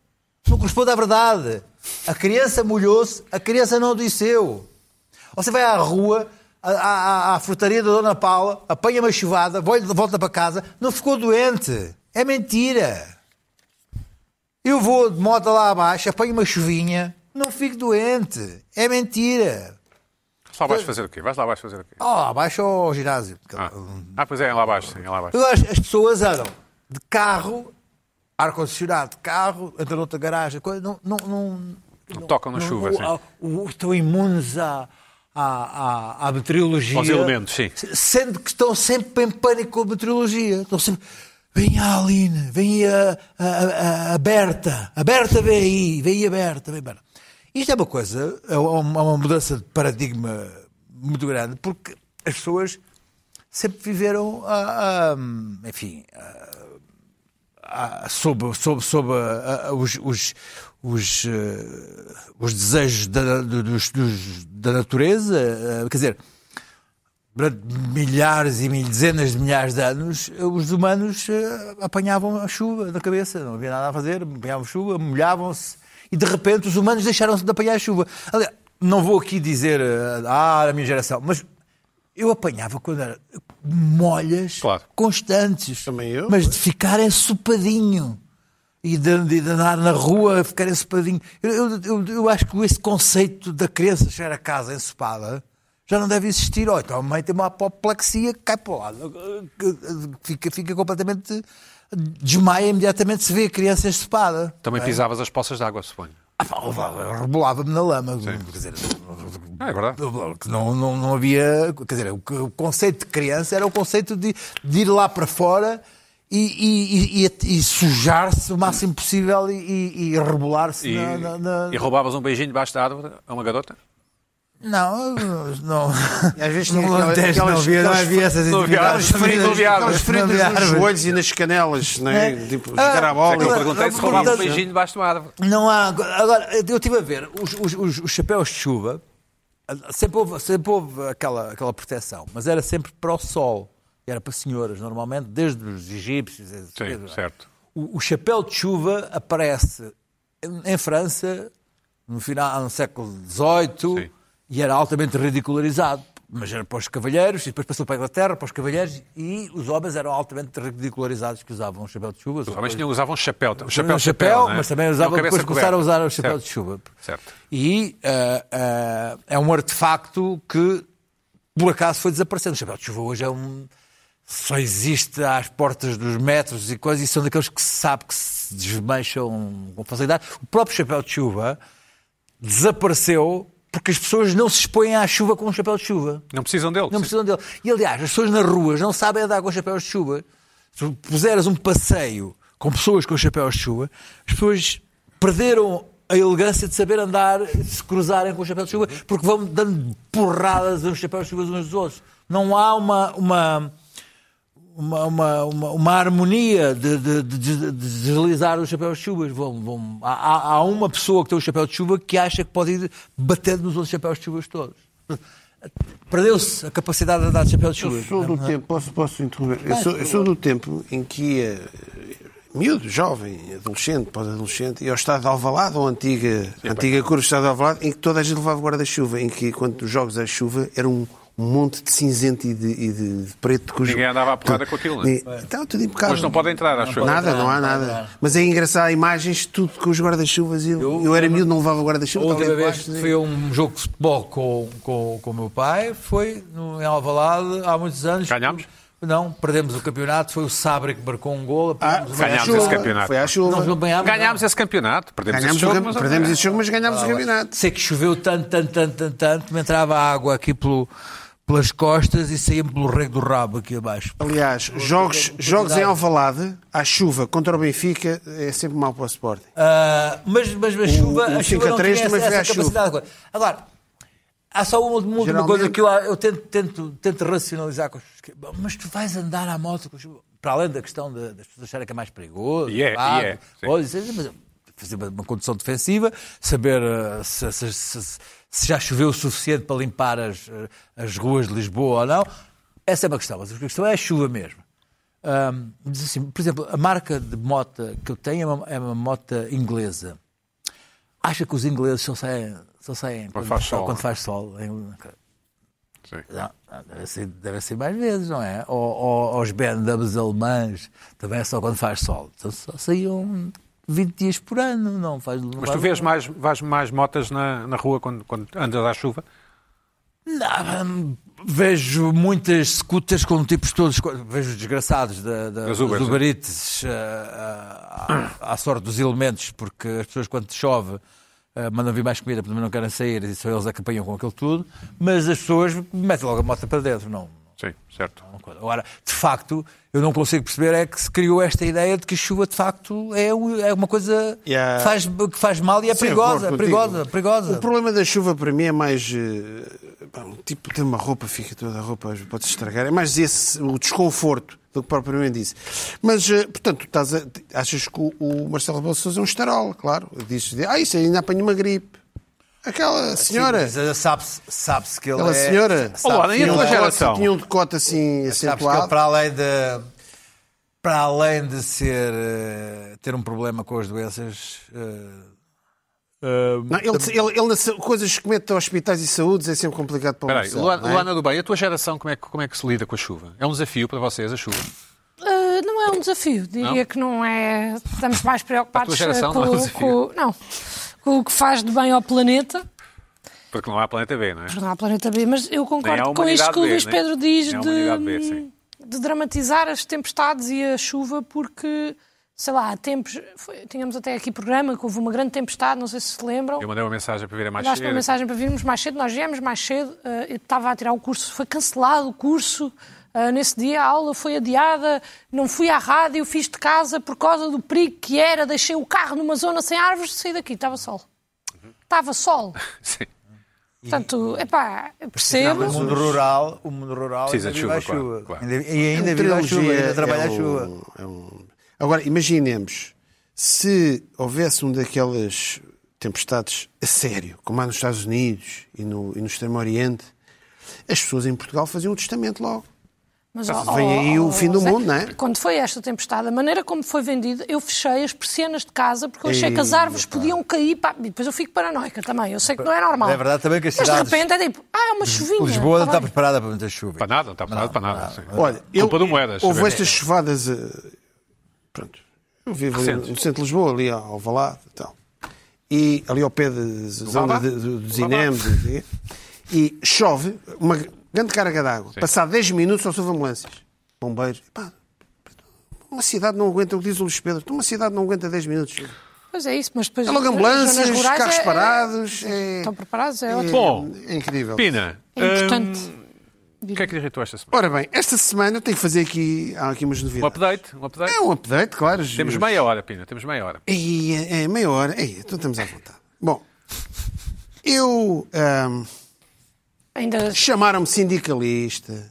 Não corresponde à verdade. A criança molhou-se, a criança não adoeceu. Ou Você vai à rua, à, à- à- à frutaria da Dona Paula, apanha uma chuvada, vai- volta para casa, não ficou doente. É mentira. Eu vou de moto lá abaixo, apanho uma chuvinha, não fico doente. É mentira.
Só vais fazer o quê? Vais lá abaixo fazer o quê?
Ó, abaixo ao ginásio.
Ah, Ah, pois é, é lá abaixo, sim, é lá abaixo.
Eu acho que as pessoas andam de carro, ar-condicionado, de carro, andam noutra garagem, coisa, não, não, não,
Não tocam na chuva,
o-
sim.
a- o- estão imunes à, à, à, à meteorologia.
Aos elementos, sim.
S- Sendo que estão sempre em pânico com a meteorologia. Estão sempre. Vem a Aline, vem a, a, a, a Berta, a Berta vem aí, vem a Berta, vem a Berta. Isto é uma coisa, é uma, é uma mudança de paradigma muito grande, porque as pessoas sempre viveram, a, a, enfim, sob, sob, sob ah, ah, os, os, os, eh, os desejos da, do- dos- dos- da natureza. ah, quer dizer, durante milhares e mil- dezenas de milhares de anos, eh, os humanos eh, apanhavam a chuva na cabeça, não havia nada a fazer, apanhavam chuva, molhavam-se e de repente os humanos deixaram-se de apanhar a chuva. Aliás, não vou aqui dizer eh, ah, a minha geração, mas eu apanhava quando era molhas
Claro.
constantes,
Também eu.
mas de ficar ensopadinho. E de, de, de andar na rua, ficar ensopadinho. Eu, eu, eu, eu acho que esse conceito da criança chegar a casa ensopada já não deve existir. Olha, então a mãe tem uma apoplexia que cai para o lado. Fica, fica completamente. desmaia imediatamente se vê a criança ensopada.
Também pisavas as poças de água, suponho.
Ah, pá, eu Rebolava-me na lama. Quer dizer,
Ah, é verdade.
que não, não, não havia. Quer dizer, o que- o conceito de criança era o conceito de, de ir lá para fora e, e- e- e- e sujar-se o máximo possível e, e- e rebolar-se
E,
na. na- na-
e roubavas um beijinho debaixo da árvore a uma garota?
Não, não.
E às vezes
no
tinha aquelas-
Alentejo não
aquelas-
havia, não
aquelas-
havia essas
não havia
atividades.
árvores, não havia
Aquelas
árvores.
feridas
Não havia
nos
árvores.
joelhos e nas canelas, né?
É.
tipo,
Ah,
jogar à
É
bola.
que eu
Claro,
perguntei se roubavas um
portanto-
beijinho debaixo de uma árvore.
Não há. Agora, eu estive a ver os, os- os- os chapéus de chuva. Sempre houve, sempre houve aquela, aquela proteção, mas era sempre para o sol. Era para senhoras, normalmente, desde os egípcios.
Sim,
etc.
certo.
é? O, o chapéu de chuva aparece em- em França no final do século XVIII
Sim.
e era altamente ridicularizado. Mas era para os cavalheiros, e depois passou para a Inglaterra, para os cavalheiros, e os homens eram altamente ridicularizados que usavam o chapéu de chuva.
Os homens tinham, usavam chapéu. O chapéu,
Tinham
chapéu, não é?
mas também
Tinham
usavam,
cabeça
depois começaram a
coberta.
usar o chapéu
Certo.
de chuva.
Certo.
E ah, ah, é um artefacto que, por acaso, foi desaparecendo. O chapéu de chuva hoje é um... Só existe às portas dos metros e coisas, e são daqueles que se sabe que se desmancham com facilidade. O próprio chapéu de chuva desapareceu porque as pessoas não se expõem à chuva com um chapéu de chuva.
Não precisam dele.
Não
sim.
precisam dele. E aliás, as pessoas nas ruas não sabem andar com chapéus de chuva. Se puseras um passeio com pessoas com chapéus de chuva, as pessoas perderam a elegância de saber andar, se cruzarem com o chapéu de chuva, porque vão dando porradas uns chapéus de chuva uns dos outros. Não há uma. uma uma, uma, uma, uma harmonia de, de- de- de- de deslizar os chapéus de chuvas. Vão, vão, há, há- há uma pessoa que tem o chapéu de chuva que acha que pode ir batendo nos outros chapéus de chuvas todos. Perdeu-se a capacidade de andar de chapéu de
Eu
chuva.
sou do tempo, posso, posso interromper? Eu sou, eu sou do tempo em que ia miúdo, jovem, adolescente, pós-adolescente, ia ao estado de Alvalade, ou antiga, antiga cor do estado de Alvalade, em que toda a gente levava guarda-chuva, em que quando os jogos à chuva era um monte de cinzento e de, e de- de preto. Cujo...
Ninguém andava à porrada com aquilo, não é?
Ni- Então, tudo impecável.
Hoje não pode entrar, acho eu.
Nada, não há
não pode
nada.
entrar.
Mas é engraçado, imagens, tudo com os guarda-chuvas. Eu, eu, era miúdo, não levava
A
guarda-chuva.
última
estava lá
vez
embaixo,
que fui a um jogo de futebol com, com, com o meu pai foi no, em Alvalade há muitos anos.
Ganhámos?
Não, perdemos o campeonato. Foi o Sabre que marcou um gol.
Ah,
apanhámos
foi
uma-
à
Ganhámos
chuva,
esse campeonato.
Foi à chuva.
Não, não ganhámos.
Ganhámos esse campeonato, perdemos
Ganhámos
esse jogo.
o
mas- é.
campe- perdemos esse jogo, mas ganhámos o campeonato.
Sei que choveu tanto, tanto, tanto, tanto, tanto, me entrava água aqui pelo- pelas costas e saía-me pelo rego do rabo aqui abaixo.
Aliás, jogos, jogos em Alvalade, à chuva, contra o Benfica, é sempre mau para o Sporting.
Ah, mas, mas
o
a chuva, a chuva não
5 a 3
tinha
também
essa,
foi
essa
à chuva.
capacidade. Agora, agora, há só uma, uma última
Geralmente-
coisa que eu, eu tento, tento, tento racionalizar com os Mas tu vais andar à moto com os Para além da questão de- das pessoas acharem que é mais perigoso,
E é, e
pá,
é, sim.
olha, isso é, mas fazer uma, uma condução defensiva, saber ah, se, se- se- se já choveu o suficiente para limpar as, eh, as ruas de Lisboa ou não. Essa é uma questão, mas a questão é a chuva mesmo. Ahm, diz assim, por exemplo, a marca de moto que eu tenho é uma, é uma moto inglesa. Acha que os ingleses só saem, só saem quando,
faz sol. é?
quando faz sol? Em-
Sim.
Não, não, deve, ser, deve ser mais vezes, não é? Ou, ou, ou os BMWs alemães também é só quando faz sol. Então, só saíam 20 dias por ano, não faz não
Mas tu
faz-
vês mais, vais mais motas na, na rua quando, quando andas à chuva?
Não, hum, vejo muitas scutas com tipos todos. Vejo os desgraçados da, da,
Das
dos
Ubers, é?
Uber Eats, ah, ah, à, à sorte dos elementos, porque as pessoas, quando chove, ah, mandam vir mais comida, porque também não querem sair, e só eles acompanham com aquilo tudo. Mas as pessoas metem logo a moto para dentro, não.
Sim, certo.
não coisa. Agora, de facto, eu não consigo perceber é que se criou esta ideia de que chuva, de facto, é, um- é uma coisa
E há-
que, faz, que faz mal e é
Sim,
perigosa,
concordo
perigosa,
contigo.
perigosa.
O problema da chuva para mim é mais. eh, pá, um tipo, ter uma roupa, fica toda a roupa, pode-se estragar. É mais esse, o desconforto do que propriamente isso. Mas, eh, portanto, tu estás a- achas que o, o Marcelo Rebelo de Sousa é um estarol, claro. Diz, ah, isso ainda apanha uma gripe. Aquela senhora.
Sim, mas eh, sabe-se sabe que ele
Aquela
é...
senhora.
Olá, nem a
tinha um
tua
decote-
geração.
Tinha um decote assim
Sabes que ele,
acentuado.
para além de, para além de ser, eh, ter um problema com as doenças, eh, eh,
Não, ele, ele, ele nas coisas que comete a hospitais e saúdes é sempre complicado para o
Espera aí,
Marcelo,
Luana,
não é?
Luana do Bem, a tua geração, como é, que, como é que se lida com a chuva? É um desafio para vocês, a chuva?
Ah, não é um desafio, diria
Não?
que não é. Estamos mais
A tua
preocupados
geração
eh,
não é um
com,
desafio.
com- não, com o que faz de bem ao planeta.
Porque não há planeta B, não é?
Não há planeta B, mas eu
Nem há
concordo com isto que o
humanidade
Luís
B, né?
Pedro diz
Nem há humanidade B,
de,
sim.
de dramatizar as tempestades e a chuva, porque, sei lá, há tempos. foi- tínhamos até aqui programa que houve uma grande tempestade, não sei se se lembram.
Eu mandei uma mensagem para vir a mais
Mandaste uma
cedo.
mensagem para virmos mais cedo, nós viemos mais cedo, eh, eu estava a tirar o curso, foi cancelado o curso, eh, nesse dia a aula foi adiada, não fui à rádio, fiz de casa por causa do perigo que era, deixei o carro numa zona sem árvores, saí daqui, estava sol. Estava sol.
Sim.
Portanto, epá, eu
o
percebo.
mundo rural, o mundo rural
Precisa de
ainda vive
chuva, claro,
à chuva.
claro.
Ainda- E ainda
A
vive à
trilogia
chuva, ainda trabalha
é
à chuva.
um- é um- Agora, imaginemos, se houvesse um daquelas tempestades a sério, como há nos Estados Unidos e no, e no Extremo Oriente, as pessoas em Portugal faziam o testamento logo.
Mas,
Já se vem aí o fim do
Zé,
mundo, não é?
Quando foi esta tempestade, a maneira como foi vendida, eu fechei as persianas de casa porque eu achei que as
Ei,
árvores podiam cair. Pá, e depois eu fico paranoica também, eu sei que não é normal.
É verdade também que as
Mas
cidades-
de repente é tipo, ah, é uma chuvinha.
Lisboa não
tá
está
bem.
preparada para muita chuva.
Para nada, não está preparado para nada. sim.
Olha,
Culpa do Moedas.
houve
sabe?
estas chuvadas... eh, Pronto, eu vivo ali
Recentes.
no centro de Lisboa, ali ao Valado e tal. E ali ao pé da zona
Valado?
de, do- dos
Do Valado.
INEMs. e- E chove uma grande carga de água. Passado 10 minutos só soube ambulâncias. Bombeiros. Pá, uma cidade não aguenta, o que diz o Luís Pedro, uma cidade não aguenta 10 minutos.
Pois é isso, mas depois.
É logo
as
ambulâncias,
zonas rurais
carros
é- é-
parados. É,
Estão preparados? É
é-
ótimo.
Bom,
é incrível.
Pina,
É importante.
hum, o que é que lhe irritou esta semana?
Ora bem, esta semana eu tenho que fazer aqui, há aqui umas
Um
novidades.
update? Um update?
É um update, claro.
Temos
eu-
meia hora, Pina, temos meia hora.
Ei, é meia hora. Ei, então estamos à vontade. Bom, eu. ehm, ahm,
Ainda.
chamaram-me sindicalista,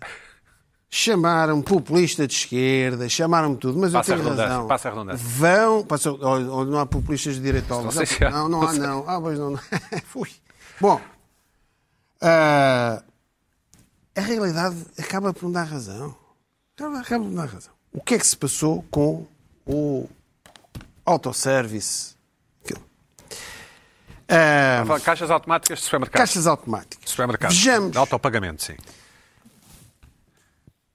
chamaram-me populista de esquerda, chamaram-me tudo, mas
Passa a
eu tenho
redundância,
razão.
passa a redundância.
Vão. Passa, ou, ou não há populistas de direita ao
Não
lugar.
sei se há.
[LAUGHS] Não, não há, não. Ah, pois não. não. Fui. Bom. ah, a realidade acaba por me dar razão. Acaba acaba por me dar razão. O que é que se passou com o autosservice? Aquilo. Ah,
Caixas automáticas de supermercado.
caixas automáticas.
Supermercado.
Vejamos.
De autopagamento, sim.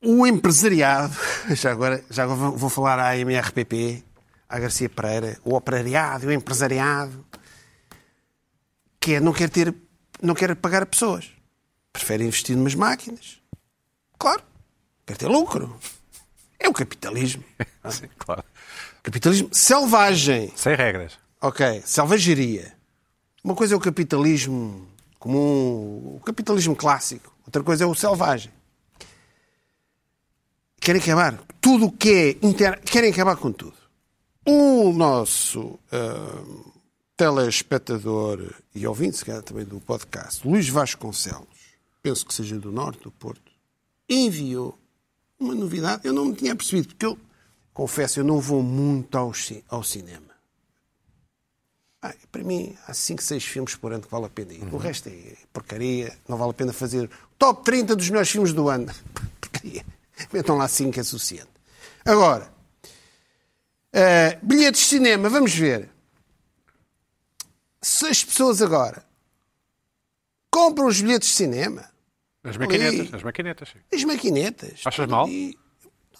O Um empresariado, [LAUGHS] já agora, já agora vou- vou falar à MRPP, à Garcia Pereira, o operariado, o empresariado, que é, não quer ter, não quer pagar a pessoas. Prefere investir numas máquinas. Claro, quer ter lucro. É o capitalismo.
[LAUGHS] sim. Claro.
Capitalismo selvagem.
Sem regras.
Ok, selvageria. Uma coisa é o capitalismo comum, o capitalismo clássico. Outra coisa é o selvagem. Querem acabar tudo o que é... Inter... Querem acabar com tudo. O nosso hum, telespectador e ouvinte, se calhar também do podcast, Luís Vasconcelos, penso que seja do Norte, do Porto, enviou uma novidade. Eu não me tinha percebido, porque eu, confesso, eu não vou muito ao, ci- ao cinema. Ah, para mim, há 5, 6 filmes por ano que vale a pena ir. O resto é porcaria, não vale a pena fazer. Top 30 dos melhores filmes do ano. [LAUGHS] Porcaria. Metam lá 5 é suficiente. Agora, ah, bilhetes de cinema, vamos ver. Se as pessoas agora compram os bilhetes de cinema,
As
Ui.
maquinetas. As maquinetas, sim.
as maquinetas.
Achas
tudo
mal?
ali.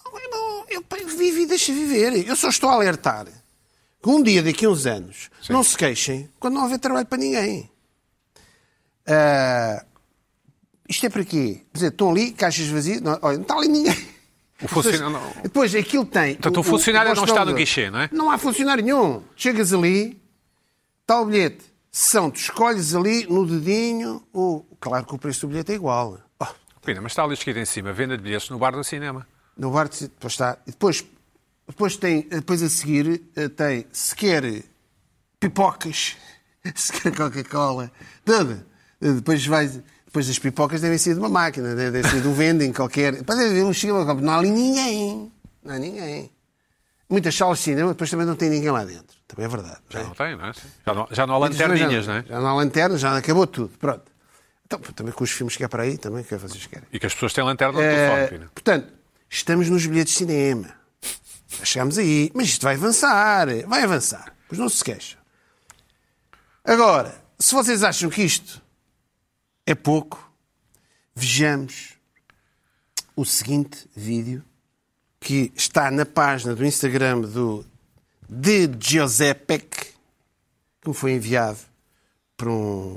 Não, é bom. Eu pá, eu vivo e deixa viver. Eu só estou a alertar que um dia, daqui a uns anos, não se queixem quando não houver trabalho para ninguém. Ah, isto é para quê? Quer dizer, estão ali, caixas vazias. Não, olha, não está ali ninguém.
O funcionário- não.
Depois, aquilo tem...
Portanto, o funcionário
vosso
não está no
nome-
guichê, não é?
Não há funcionário nenhum. Chegas ali, está o bilhete. São, tu escolhes ali no dedinho, o... claro que o preço do bilhete é igual. Oh,
Pina, mas está ali escrito em cima, venda de bilhetes no bar do cinema.
no bar de... Depois está. E depois, depois, tem, depois a seguir eh, tem se quer pipocas, [LAUGHS] se quer Coca-Cola, tudo. Eh, Depois vai. Depois as pipocas devem ser de uma máquina, de- devem ser de um vending qualquer. [LAUGHS] Depois deve haver um chila, não há ali ninguém. Não há ninguém. Muitas salas de cinema, depois também não tem ninguém lá dentro. Também é verdade. não é?
Não tem, não é? Já não, já não há
já,
lanterninhas, não é?
Já não há lanternas, já acabou tudo. Pronto. Então, pô, também com os filmes que há para aí, também o que é que vocês querem.
E que as pessoas têm lanterna no
É,
telefone, Pina.
portanto, estamos nos bilhetes de cinema. Já chegámos aí. Mas isto vai avançar. Vai avançar. Pois não se queixam. Agora, se vocês acham que isto é pouco, vejamos o seguinte vídeo que está na página do Instagram do de Giuseppec, que me foi enviado por um,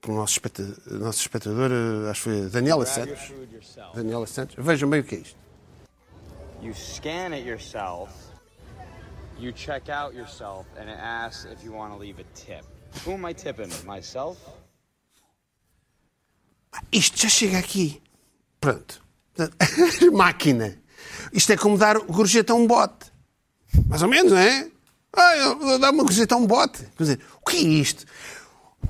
por um nosso, espectador, nosso espectador, eh, acho que foi a Daniela Santos.
food yourself.
Daniela Santos. Vejam bem o que é isto.
You scan it yourself. You check out yourself, and it asks if you want to leave a tip. Who am I tipping? Myself?
Isto já chega aqui. Pronto. [LAUGHS] Portanto, Máquina. Isto é como dar gorjeta a um bote. Mais ou menos, não é? Ah, eu vou dar uma gorjeta a um bote. Quer dizer, o que é isto?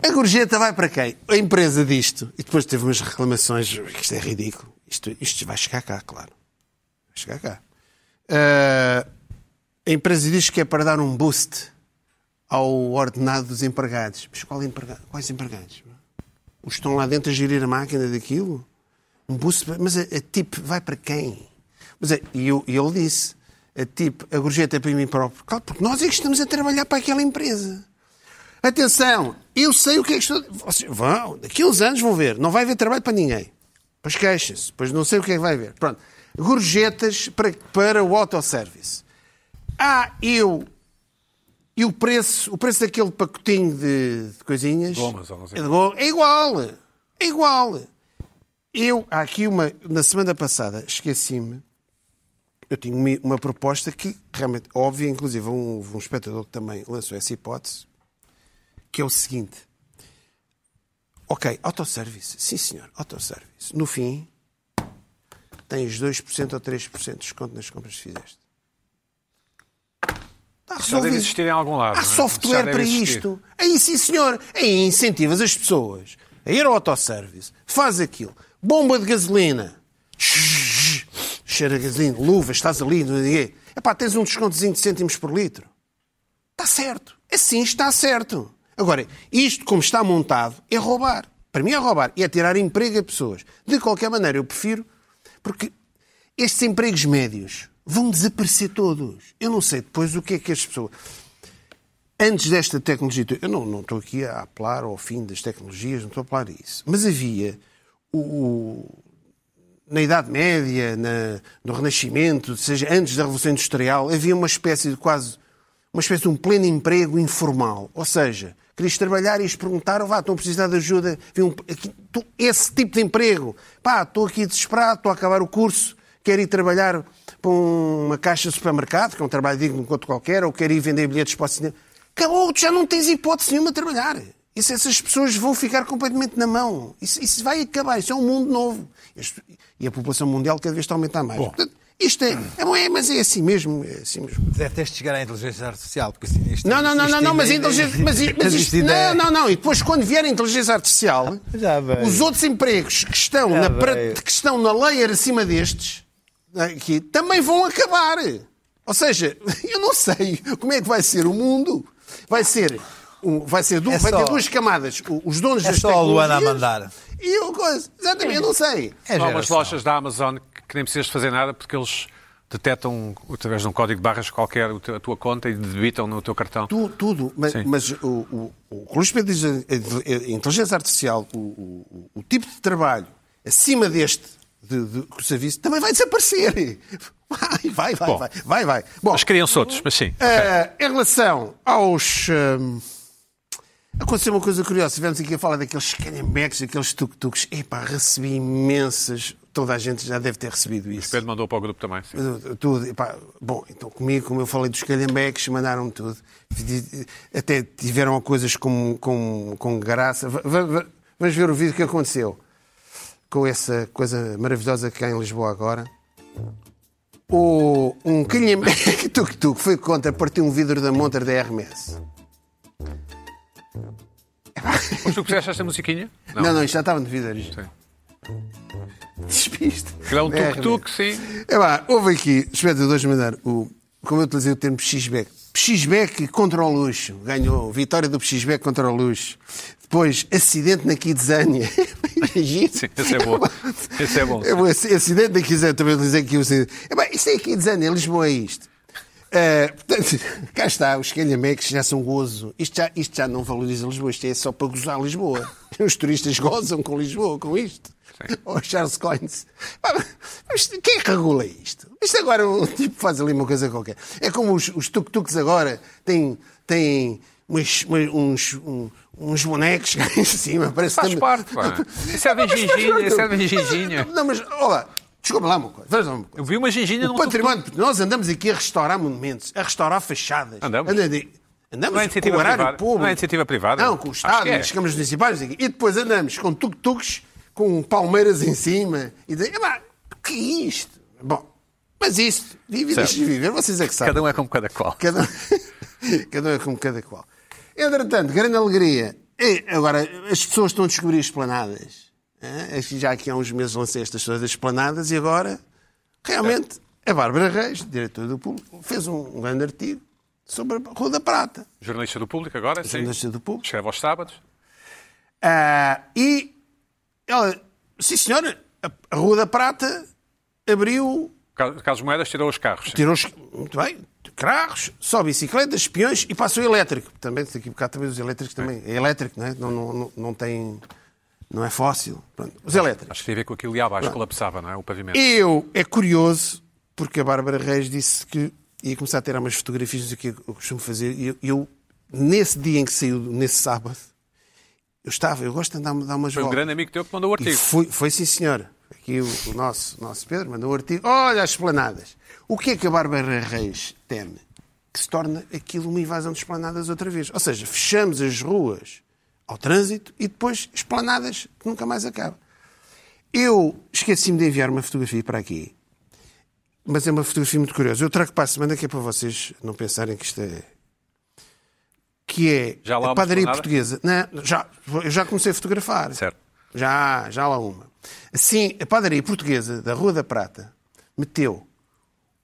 A gorjeta vai para quem? A empresa disto. E depois teve umas reclamações. Isto é ridículo. Isto, isto vai chegar cá, claro. Vai chegar cá. Ah, a empresa diz que é para dar um boost ao ordenado dos empregados. Mas qual empregado? quais empregados? Os que estão lá dentro a gerir a máquina daquilo? Um boost, para- mas a, a tip vai para quem? Mas é, e, eu- e ele disse, a tip, a gorjeta é para mim próprio. Claro, porque nós é que estamos a trabalhar para aquela empresa. Atenção, eu sei o que é que estou... Vocês vão, daqui a uns anos vão ver. Não vai haver trabalho para ninguém. Pois queixem-se, pois não sei o que é que vai haver. Pronto, gorjetas para, para o autosservice. Ah, eu... E o preço, o preço daquele pacotinho de, de coisinhas...
Gomas, ou não sei.
É de go- é igual, é igual. Eu, há aqui uma, na semana passada, esqueci-me, eu tinha uma- uma proposta que realmente, óbvia, inclusive, um, um espectador que também lançou essa hipótese, que é o seguinte. Ok, autosservice, sim senhor, autosservice. No fim, tens 2% ou 3% de desconto nas compras que fizeste. Está
Já deve
resolvido.
existir em algum lado. não
Há
é? Já
software
deve
para
existir.
isto. Aí sim, senhor. Aí incentivas as pessoas a ir ao autosservice. Faz aquilo. Bomba de gasolina. Cheira a gasolina. Luvas, estás ali. não sei o quê. Epá, tens um descontozinho de cêntimos por litro. Está certo. Assim está certo. Agora, isto como está montado é roubar. Para mim é roubar e é tirar emprego a pessoas. De qualquer maneira, eu prefiro, porque estes empregos médios vão desaparecer todos. Eu não sei depois o que é que as pessoas. Antes desta tecnologia, eu não, não estou aqui a apelar ao fim das tecnologias, não estou a apelar a isso. Mas havia o, o- na Idade Média, na- no Renascimento, ou seja, antes da Revolução Industrial, havia uma espécie de quase uma espécie de um pleno emprego informal. Ou seja, querias trabalhar e eles perguntaram, vá, estão a precisar de ajuda. Vi um- aqui- tu- esse tipo de emprego. Pá, estou aqui desesperado, estou a acabar o curso, quero ir trabalhar para uma caixa de supermercado, que é um trabalho digno quanto qualquer, ou quero ir vender bilhetes para o cinema. Acabou, tu já não tens hipótese nenhuma de trabalhar. Isso, essas pessoas vão ficar completamente na mão. Isso, isso vai acabar, isso é um mundo novo. Isto- e a população mundial cada vez está a aumentar mais. Portanto, isto é, é, bom, é, mas é assim mesmo, é assim mesmo.
Deve ter de chegar à inteligência artificial, porque assim, isto,
Não, não, não,
isto
não, não, mas a
ainda-
inteligência. Mas, i- mas
Mas
isto,
isto ainda
não,
é-
não, não. E depois, quando vier a inteligência artificial,
Já veio.
os outros empregos que estão, na, pra-
veio.
que estão na layer acima destes aqui, também vão acabar. Ou seja, [LAUGHS] eu não sei como é que vai ser o mundo. Vai ser. um- Vai, ser du-
É
vai
só-
ter duas camadas. O- Os donos
É
das
só a Luana a
tecnologias
mandar.
E o coisa. Exatamente, eu não sei.
É
Há umas
geração.
lojas da Amazon que nem precisas fazer nada porque eles detectam através de um código de barras qualquer o teu- a tua conta e debitam no teu cartão.
Tu- tudo, mas,
Sim.
mas o, o, o que o Luís Pedro diz, a- a inteligência artificial, o, o- o- o tipo de trabalho acima deste de, de, que o serviço também vai desaparecer. [LAUGHS] Vai, vai, vai,
Bom.
vai, vai, vai. Bom,
Mas criam-se outros, mas sim.
eh, em relação aos. hum, aconteceu uma coisa curiosa. Estivemos aqui a falar daqueles canhambeques, daqueles tuk-tuks. Epá, recebi imensas. Toda a gente já deve ter recebido isso.
Pedro mandou para o grupo também. sim.
Tudo, tudo. Epá, bom, então comigo, como eu falei dos calhambeques, mandaram-me tudo. Pedi- Até tiveram coisas com, com, com graça. Va- va- va- Vamos ver o vídeo que aconteceu com essa coisa maravilhosa que há em Lisboa agora. O, um calhambeque [LAUGHS] tuk-tuk foi contra partir um vidro da montra da RMS.
Mas tu puseste esta
[LAUGHS]
musiquinha?
Não, não, isto é. já estava no vidro.
Sim.
Despiste.
Aquilo é um
Da
tuk-tuk, sim.
É pá, houve aqui espectadores mandar o. Como eu utilizei o termo Psisbeck. Psisbeck contra o luxo. Ganhou. Vitória do Psisbeck contra o luxo. Depois, acidente na [LAUGHS] Kidzânia.
Sim, esse é bom. Esse é bom, sim.
ac- acidente na Kidzânia. Também utilizei aqui o acidente. É pá, isto é Kidzânia. Lisboa é isto. Ah, portanto, [LAUGHS] cá está. Os calhamecos já são gozo. Isto já, isto já não valoriza Lisboa. Isto é só para gozar Lisboa. [LAUGHS] Os turistas gozam com Lisboa, com isto. Ou Charles Collins. Pá, Mas quem é regula isto? Isto agora um tipo faz ali uma coisa qualquer. É como os, os tuk-tuks agora têm, têm umas- uma- uns, um- uns bonecos [LAUGHS] cá em cima. Parece
Faz
também-
parte, pá.
[LAUGHS]
Isso é bem
Mas faz
ginginha,
parte.
isso é bem ginginha.
Não, mas, olha, desculpa lá uma coisa. Vamos lá uma coisa.
Eu vi uma ginginha
O
num
património, nós andamos aqui a restaurar monumentos, a restaurar fachadas.
Andamos.
Andamos, andamos
Não é iniciativa
com o horário
privada.
público.
Não é iniciativa privada.
Não, com o
Acho
Estado,
que é.
nas câmaras municipais. E depois andamos com tuk-tuks, com palmeiras em cima. E daí, epá, que é isto? Bom, mas isto, vive e
Certo.
deixa de viver, vocês é que sabem.
Cada um é como cada qual.
Cada, cada um [LAUGHS] é como cada qual. Entretanto, grande alegria. E agora, as pessoas estão a descobrir esplanadas. hã? Acho que Já aqui há uns meses lancei estas coisas das esplanadas e agora, realmente, a Bárbara Reis, diretora do público, fez um, um grande artigo sobre a Rua da Prata,
Jornalista do público agora, sim.
jornalista do público.
Escreve aos sábados.
Ah, e ela, sim senhora, a- a Rua da Prata abriu
Car- Carlos Moedas tirou os carros. sim.
Tirou os. Muito bem. Carros, só bicicletas, espiões e passou elétrico. Também, daqui a bocado, também os elétricos também. É elétrico, não é? Não, não, não, não tem. Não é fóssil. Pronto, Os elétricos.
Acho que tem a ver com aquilo ali
Ah.
abaixo, colapsava, não é? O pavimento.
Eu, é curioso, porque a Bárbara Reis disse que ia começar a ter umas fotografias do que eu costumo fazer. E eu, eu, nesse dia em que saiu, nesse sábado, eu estava, eu gosto de andar, dar umas
Foi um
voltas.
grande amigo teu que mandou o
E
artigo.
foi, foi sim, senhora. Aqui o, o nosso, o nosso Pedro mandou um artigo. Olha as esplanadas. O que é que a Bárbara Reis teme? Que se torna aquilo uma invasão de esplanadas outra vez. Ou seja, fechamos as ruas ao trânsito e depois esplanadas que nunca mais acaba. Eu esqueci-me de enviar uma fotografia para aqui. Mas é uma fotografia muito curiosa. Eu trago para a semana que é para vocês não pensarem que isto é. Que é
Já lá há
a
uma
padaria
esplanada?
portuguesa. Não, já, eu já comecei a fotografar.
Certo.
Já, já lá uma. Sim, a padaria portuguesa da Rua da Prata meteu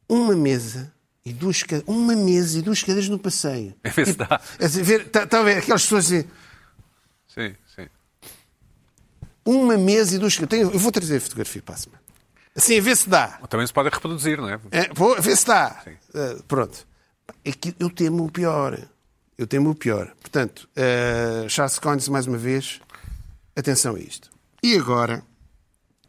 uma mesa e duas cadeiras, uma mesa e duas cadeiras no passeio. Tipo,
A ver se É dá.
tá, Estão a ver aquelas pessoas assim,
Sim, sim.
Uma mesa e duas. Eu, tenho- eu vou trazer a fotografia para a semana. Assim, a ver se dá.
Também se pode reproduzir, não é?
É, vou ver se dá. Ah, pronto. É que eu temo o pior. Eu temo o pior. Portanto, ah, Charles Collins, mais uma vez, atenção a isto. E agora,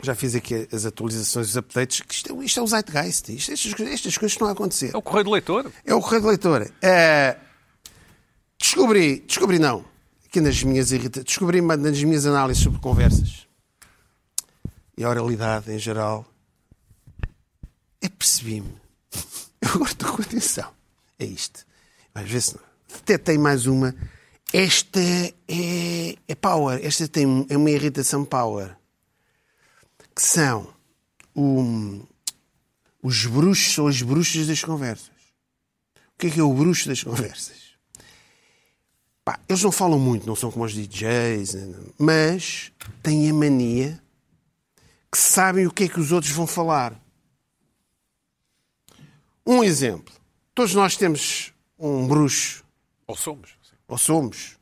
já fiz aqui as atualizações, os updates, que isto, é- isto é o Zeitgeist. Isto, estas, coisas- estas coisas estão a acontecer.
É o correio do leitor.
É o correio de leitor. É, descobri, descobri não, aqui nas minhas irrita... descobri mas nas minhas análises sobre conversas e a oralidade em geral, apercebi-me. [LAUGHS] Eu agora estou com atenção. É isto. Mas vê se não. Detetei mais uma. Esta é, é power. Esta tem, é uma irritação power. Que são o- os bruxos ou as bruxas das conversas. O que é que é o bruxo das [LAUGHS] conversas? Pá, eles não falam muito, não são como os DJs, né, não. mas têm a mania que sabem o que é que os outros vão falar. Um exemplo. Todos nós temos um bruxo,
Ou somos.
ou somos,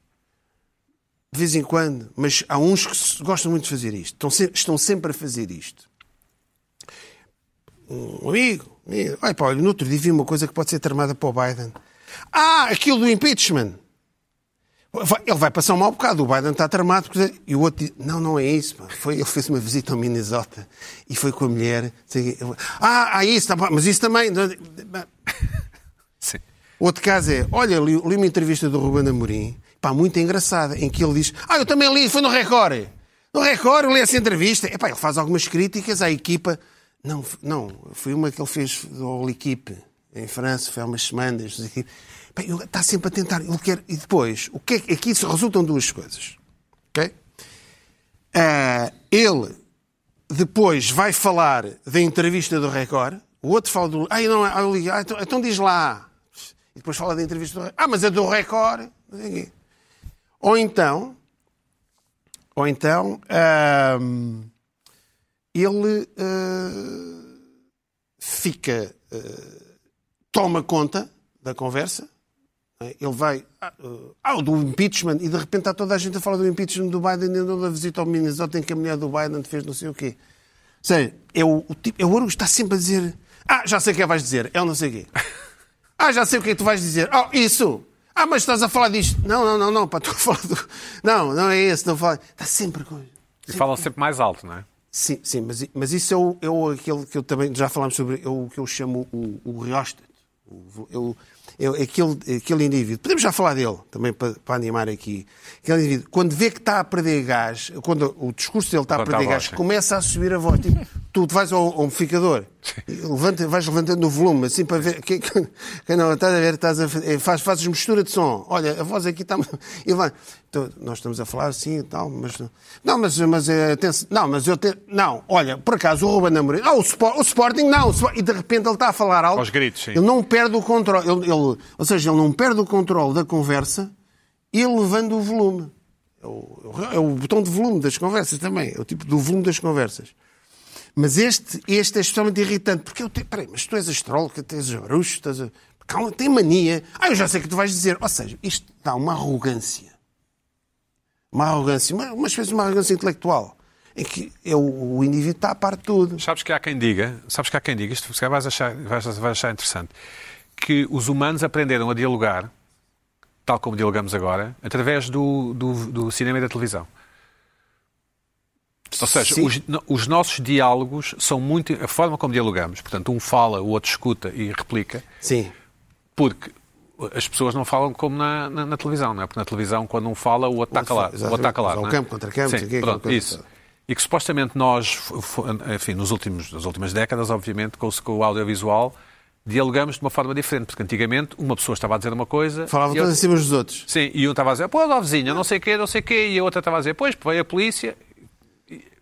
de vez em quando, mas há uns que se- gostam muito de fazer isto, estão se- estão sempre a fazer isto. Um amigo, amigo. Olha, pá, olha, no outro dia vi uma coisa que pode ser tramada para o Biden. Ah, aquilo do impeachment. Vai- Ele vai passar um mau bocado, o Biden está tramado. porque- E o outro diz, não, não é isso. pá. Foi, ele fez uma visita ao Minnesota e foi com a mulher. sei o quê. Eu- Ah, ah, isso, tá bom, mas isso também.
Sim.
Outro caso é, olha, li, li uma entrevista do Ruben Amorim, pá, muito engraçada, em que ele diz, ah, eu também li, foi no Record. No Record, eu li essa entrevista. Epá, ele faz algumas críticas à equipa. Não, f- não, foi uma que ele fez ao L'Equipe, em França, foi há umas semanas. [LAUGHS] não sei o quê. Pá, ele está sempre a tentar, ele quer... E depois, o que é, que- aqui isso resultam duas coisas, ok? Ah, ele depois vai falar da entrevista do Record, o outro fala do. Ai, não, ah, eu li- ah, então, então diz lá. E depois fala da entrevista do Record. Ah, mas é do Record. não sei o quê. Ou então. Ou então. ahm, ele ah, fica. ah, toma conta da conversa. não é? Ele vai ah, ah, o do impeachment e de repente está toda a gente a falar do impeachment do Biden e da visita ao Minnesota em que a mulher do Biden fez não sei o quê. Ou seja, é o, o tipo, é o Ouro que está sempre a dizer: Ah, já sei o que é que vais dizer, é o não sei o quê. Ah, já sei o que é que tu vais dizer. Ah, isso! Ah, mas estás a falar disto. Não, não, não, não, pá, estou a falar do. [LAUGHS] Não, não é esse, não fala. Está sempre com.
E falam sempre mais alto, não é?
Sim, sim, mas, i- mas isso é, o, é o, aquele que eu também já falámos sobre, é o que eu chamo o, o rióstato. O vo- É, o- é o- é aquele, é aquele indivíduo. Podemos já falar dele também para, para animar aqui. Aquele indivíduo, quando vê que está a perder gás, quando o discurso dele está a
Levanta
perder
a voz,
gás,
sim.
[LAUGHS] começa a subir a voz. Tipo, tu vais ao ao amplificador, e levanta, vais levantando o volume, assim para ver. Quem, quem- quem não estás a ver, estás a, fa- eh, faz, fazes mistura de som. Olha, a voz aqui está. [LAUGHS] E vai. Então, nós estamos a falar assim e tal, mas. Não, mas, mas, eh, atenção, não, mas eu. Te, não, olha, por acaso o Ruben Amorim. Ah, o, Spor- o Sporting não. o Spor- e de repente ele está a falar algo.
Aos gritos, sim.
Ele não perde o controle. Ele, ele- ou seja, ele não perde o controle da conversa elevando o volume. É o, é o botão de volume das conversas também. É o tipo do volume das conversas. Mas este, este é especialmente irritante, porque eu tenho. Peraí, mas tu és astróloga, tu és bruxo, tu és. a- Calma, tem mania. Ah, eu já sei o que tu vais dizer. Ou seja, isto dá uma arrogância. Uma arrogância, uma, uma espécie de uma arrogância intelectual. Em que é o, o indivíduo está a par de tudo.
Sabes que há quem diga, sabes que há quem diga, isto se calhar vais achar, vais, vais achar interessante, que os humanos aprenderam a dialogar, tal como dialogamos agora, através do, do, do cinema e da televisão. Ou seja,
Sim.
os, no- os nossos diálogos são muito. a forma como dialogamos, portanto, um fala, o outro escuta e replica,
Sim.
porque as pessoas não falam como na, na- na televisão, não é? Porque na televisão, quando um fala, o outro está
Outro-
calado. O outro está
exatamente.
calado.
Mas há um
não é?
campo contra campo,
Sim,
sei o quê, aquela
pronto,
coisa
isso.
toda.
E que supostamente nós, fo- fo- enfim, nos últimos, nas últimas décadas, obviamente, com, o- com o audiovisual, dialogamos de uma forma diferente. Porque antigamente, uma pessoa estava a dizer uma coisa. e
Falava
outra-
todos acima dos outros.
Sim, e um estava a dizer, pô, ó vizinho, não sei o quê, não sei o quê, e a outra estava a dizer, pois, veio a polícia.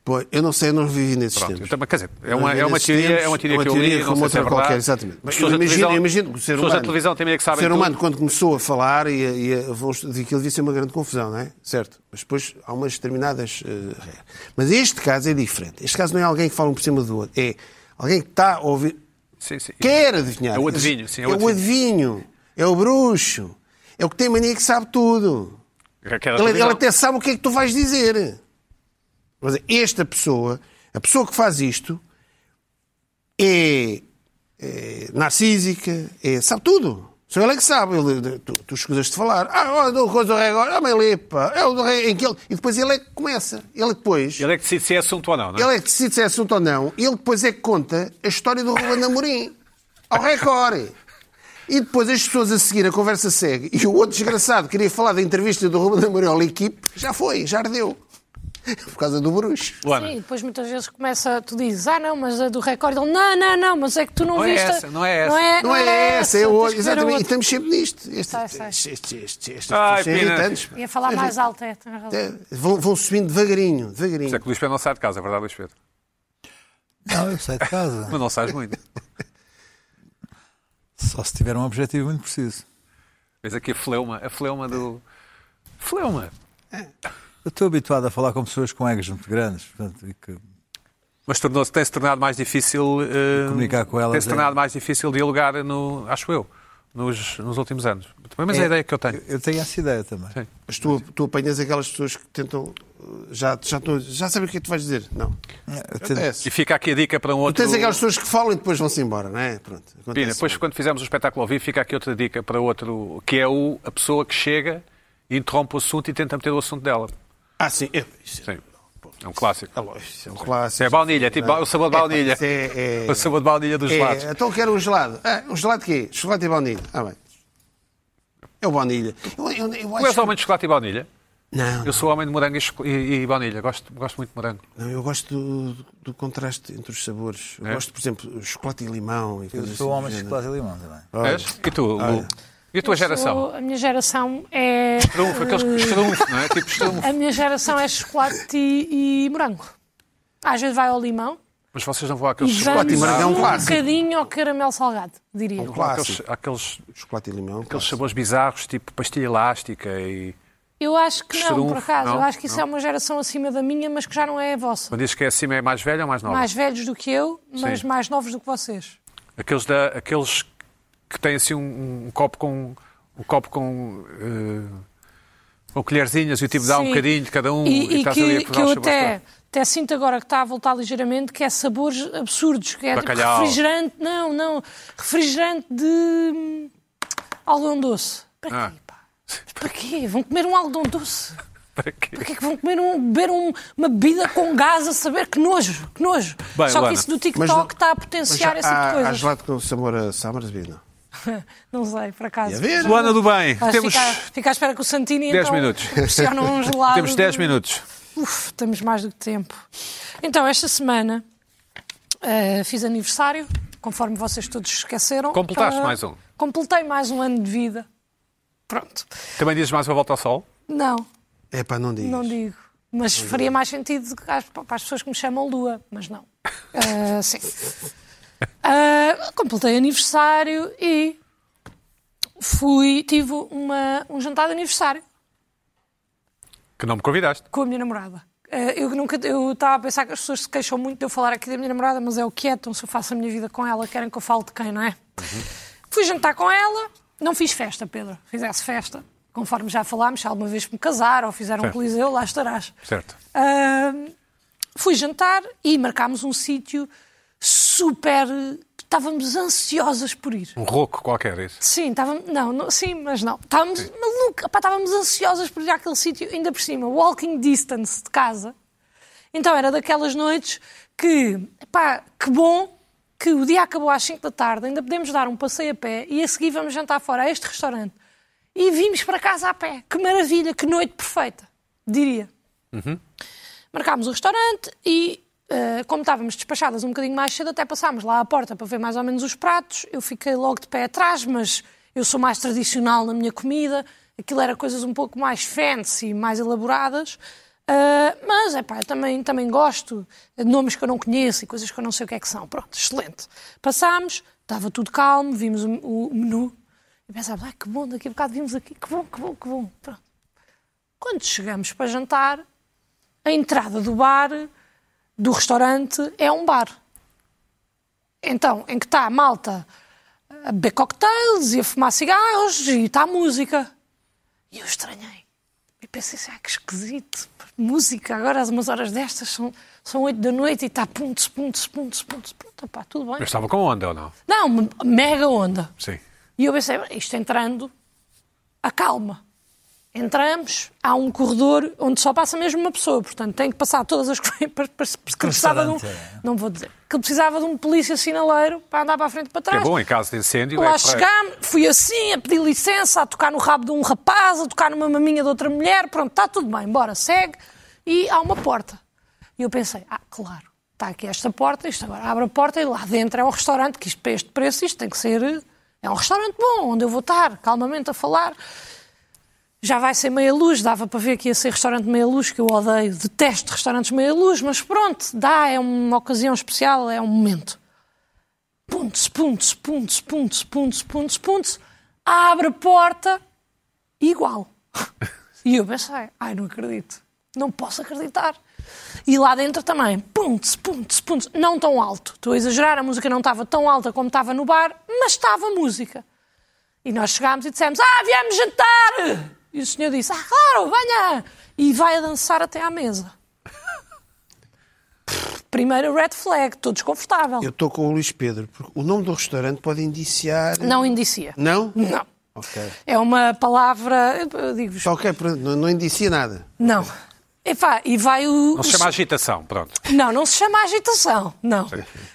Pô, eu não sei, eu não vivi nesses
Pronto,
tempos.
eu também- quer dizer, é
Não
uma,
vivi
é uma
nesses
teoria,
tempos,
é uma teoria que eu
teoria
li, não sei
como
se é
outra
verdade.
qualquer, exatamente. Mas
Pessoas da
imagino,
televisão-
imagino que o ser
pessoas da
humano,
televisão têm medo que sabem
o ser humano
tudo.
quando começou a falar, e, e, e aquilo devia ser uma grande confusão, não é? Certo. Mas depois há umas determinadas eh, regras. Mas este caso é diferente. Este caso não é alguém que fala um por cima do outro. É alguém que está a ouvir
Sim, sim.
quer adivinhar.
É o adivinho, sim,
É o adivinho. É o bruxo. É o que tem mania que sabe tudo.
Quer a
Ele, é ele
é televisão.
até sabe o que é que tu vais dizer. Mas esta pessoa, a pessoa que faz isto, é, é narcísica, é, sabe tudo. Só ele é que sabe. Ele, tu, tu escusas de falar. Ah, oh, o coisa do rei agora. Ah, mas ele é, pá, é o do rei em que ele... E depois ele é que começa. Ele depois...
Ele é que decide se é assunto ou não, não é?
Ele é que decide se é assunto ou não. Ele depois é que conta a história do Ruben Amorim. Ao recorde. E depois as pessoas a seguir, a conversa segue. E o outro desgraçado que queria falar da entrevista do Ruben Amorim à equipe. Já foi, já ardeu. Por causa do bruxo.
Luana,
Sim, depois muitas vezes começa, tu dizes, ah não, mas a do recorde, ele, não, não, não, mas é que tu não,
Não é
viste. a-
essa, não é essa.
Não é,
Não é essa, é
tens
hoje.
que ver a
Exatamente. E
outra.
estamos sempre nisto. Este,
Sei, sei.
este, este, este, este,
Ai,
estes são
Pina.
irritantes, pá.
Ia falar mais alto, é, tens razão.
É, Vão, vão subindo devagarinho,
Isso é
devagarinho.
que o Luís Pedro não sai de casa, é verdade, Luís Pedro?
Não, eu saio de casa.
Mas não sais muito.
Só se tiver um objetivo muito preciso.
Vês aqui a fleuma, a fleuma do... Fleuma.
Eu estou habituado a falar com pessoas com egos muito grandes, portanto, e que
Mas tornou-se, tem-se tornado mais difícil... eh,
Comunicar com elas,
Tem-se
é.
tornado mais difícil dialogar, no, acho eu, nos, nos últimos anos. Mas é a
É.
ideia que eu tenho.
eu tenho essa ideia também. É,
Sim.
Mas tu, tu apanhas aquelas pessoas que tentam. uh, Já, já, estão- já sabem o que é que tu vais dizer? Não. É,
Eu tenho-
Acontece.
E fica aqui a dica para um outro...
Tens aquelas pessoas Então, é que falam e depois vão-se embora, não é? Pronto. acontece.
Pina, depois quando fizermos o espetáculo ao vivo, fica aqui outra dica para outro, que é o, a pessoa que chega, interrompe o assunto e tenta meter o assunto dela.
Ah, sim. É, isso, é,
Sim. É um clássico.
é, isso é um clássico.
É baunilha, é tipo ba- o sabor de
É,
baunilha.
isso É, é,
O sabor de baunilha dos lados.
é, então quero um gelado. Ah, um gelado quê? Chocolate e baunilha. Ah, bem. É o baunilha. Eu, eu, eu
Tu és
acho...
homem de chocolate e baunilha?
Não,
Eu sou homem de morango e, choco- e, e baunilha. Gosto, gosto muito de morango.
não, eu gosto do, do contraste entre os sabores.
É?
Eu gosto, por exemplo, chocolate e limão. E
Eu
coisas
sou um
assim
homem de
do
chocolate e limão também.
És? E tu, Lu? E a tua
Eu
geração?
sou- A minha geração é.
Estrunfo, aqueles que estrunfo, não é? Tipo estrunfo.
A minha geração é chocolate e, e morango. Às vezes vai ao limão
Mas vocês não vão
e
àqueles
vamos
e morango é um
um
clássico.
bocadinho ao caramelo salgado, diria.
género.
eu.
Aqueles,
Clássico.
aqueles,
Chocolate e limão.
aqueles
clássico.
sabores bizarros, tipo pastilha elástica e...
Eu acho que não,
Estrunfo,
por acaso.
não?
Eu acho que isso é uma geração acima da minha, mas que já não é a vossa.
Quando dizes que é acima é mais velha ou mais nova?
Mais velhos do que eu, mas
Sim.
mais novos do que vocês.
Aqueles, da, aqueles que têm assim um, um copo com. Um copo com. eh, com colherzinhas e o tipo dá um
Sim.
bocadinho de cada um
E, e
estás ali a
que,
provar
que
os
eu
sabores
até,
todos. [LAUGHS]
até sinto agora que está a voltar ligeiramente, que é sabores absurdos. Que é tipo
Bacalhau.
refrigerante, não, não. Refrigerante de hum, algodão doce. Para
Ah.
quê, pá? Para quê? Vão comer um algodão doce?
Para quê?
Para que é que vão comer um, beber um- uma bebida com gás a saber que nojo, que nojo?
Bem,
Só
Luana,
que isso do
Mas
TikTok
não-
está a
Mas
potenciar esse tipo de
há, há
coisas.
gelado com sabor a Summersby, não?
Não sei, por acaso.
Ia ver.
Luana do Bem,
Mas
temos,
fica, fica à espera que o Santini
10
então, [LAUGHS]
minutos. [LAUGHS]
proporciona um gelado
temos 10
de-
minutos.
Uf, estamos mais do que tempo. Então, esta semana eh, fiz aniversário, conforme vocês todos esqueceram. Então,
Completaste mais um?
Completei mais um ano de vida. Pronto.
Também dizes mais uma volta ao sol?
Não,
É pá, não digas.
não digo. Mas faria mais sentido às- para as pessoas que me chamam Lua, mas não.
[LAUGHS]
Eh, sim. Eh, completei aniversário e fui, tive uma- um jantar de aniversário
Que não me convidaste.
com a minha namorada. Eh, Eu nunca eu estava a pensar que as pessoas se queixam muito de eu falar aqui da minha namorada, mas é o que é, então se eu faço a minha vida com ela, querem que eu fale de quem, não é? Fui jantar com ela, não fiz festa, Pedro. Fizesse festa, conforme já falámos, se alguma vez me casar ou fizer um
Certo.
coliseu, lá estarás.
Certo.
Ahm, fui jantar e marcámos um sítio super. Estávamos ansiosas por ir.
Um rouco qualquer, isso.
Sim, estávamos. Não, não- sim, mas não. Estávamos maluca, pá, estávamos ansiosas por ir àquele sítio, ainda por cima, walking distance de casa. Então era daquelas noites que, pá, que bom que o dia acabou às 5 da tarde, ainda podemos dar um passeio a pé e a seguir vamos jantar fora a este restaurante. E vimos para casa a pé. Que maravilha, que noite perfeita, diria. Marcámos o restaurante e, eh, como estávamos despachadas um bocadinho mais cedo, até passámos lá à porta para ver mais ou menos os pratos. Eu fiquei logo de pé atrás, mas eu sou mais tradicional na minha comida. Aquilo era coisas um pouco mais fancy, mais elaboradas. Eh, mas, é pá, eu também, também gosto de nomes que eu não conheço e coisas que eu não sei o que é que são. Pronto, excelente. Passámos, estava tudo calmo, vimos o, o menu. E pensávamos, ah, que bom, daqui a bocado vimos aqui, que bom, que bom, que bom. Pronto. Quando chegamos para jantar, a entrada do bar, do restaurante, é um bar. Então, em que está a malta a beber cocktails e a fumar cigarros e está a música. E eu estranhei. E pensei assim, ah, que esquisito. Música agora, às umas horas destas, são, são 8 da noite e está pontos, pontos, pontos, pontos. Pronto, pá, tudo bem.
Eu estava com onda ou não?
Não, me- mega onda.
Sim.
E eu pensei, isto entrando, acalma. Entramos, há um corredor onde só passa mesmo uma pessoa, portanto tem que passar todas as [LAUGHS] coisas para- para- porque precisava de um.
restaurante, é.
Não vou dizer. Que precisava de um polícia sinaleiro para andar para a frente e para
É
trás.
bom, em caso de incêndio.
Lá
é correto.
chegámos, fui assim, a pedir licença, a tocar no rabo de um rapaz, a tocar numa maminha de outra mulher, pronto, está tudo bem, bora, segue. E há uma porta. E eu pensei, ah, claro, está aqui esta porta, isto agora abre a porta e lá dentro é um restaurante, que isto para este preço, isto tem que ser. É um restaurante bom, onde eu vou estar calmamente a falar. Já vai ser meia luz, dava para ver que ia ser restaurante meia luz, que eu odeio, detesto restaurantes meia luz, mas pronto, dá, é uma ocasião especial, é um momento puntos, puntos, puntos, puntos, puntos, puntos, puntos, abre a porta, igual. E eu pensei, ai, não acredito, não posso acreditar. E lá dentro também, puntos, puntos, puntos, não tão alto. Estou a exagerar, a música não estava tão alta como estava no bar, mas estava música. E nós chegámos e dissemos, ah, viemos jantar! E o senhor disse, ah, claro, venha! E vai a dançar até à mesa. Primeiro red flag, estou desconfortável.
Eu estou com o Luís Pedro, porque o nome do restaurante pode indiciar.
Não indicia.
Não?
Não.
Ok.
É uma palavra. Eu digo-vos.
Só ok, pronto, não, não indicia nada.
Não. Epá, e vai o.
Não se chama agitação, pronto.
Não, não se chama agitação. Não.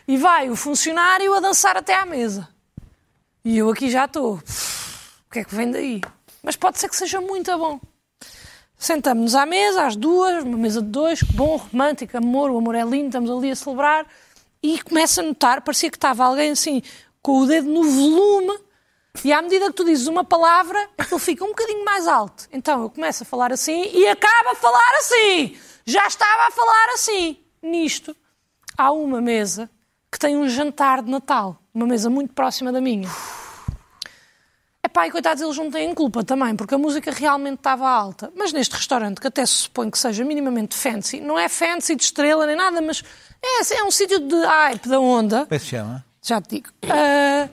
E vai o funcionário a dançar até à mesa. E eu aqui já estou. O que é que vem daí? Mas pode ser que seja muito bom. Sentamos-nos à mesa, às duas, uma mesa de dois, que bom, romântico, amor, o amor é lindo, estamos ali a celebrar. E começo a notar, parecia que estava alguém assim, com o dedo no volume. E à medida que tu dizes uma palavra, aquilo fica um bocadinho mais alto. Então eu começo a falar assim e acaba a falar assim. Já estava a falar assim. Nisto, há uma mesa que tem um jantar de Natal. Uma mesa muito próxima da minha. Epá, e coitados, eles não têm culpa também, porque a música realmente estava alta. Mas neste restaurante, que até se supõe que seja minimamente fancy, não é fancy de estrela nem nada, mas é, é um sítio de hype, da onda.
Como é que se chama?
Já te digo. Ah,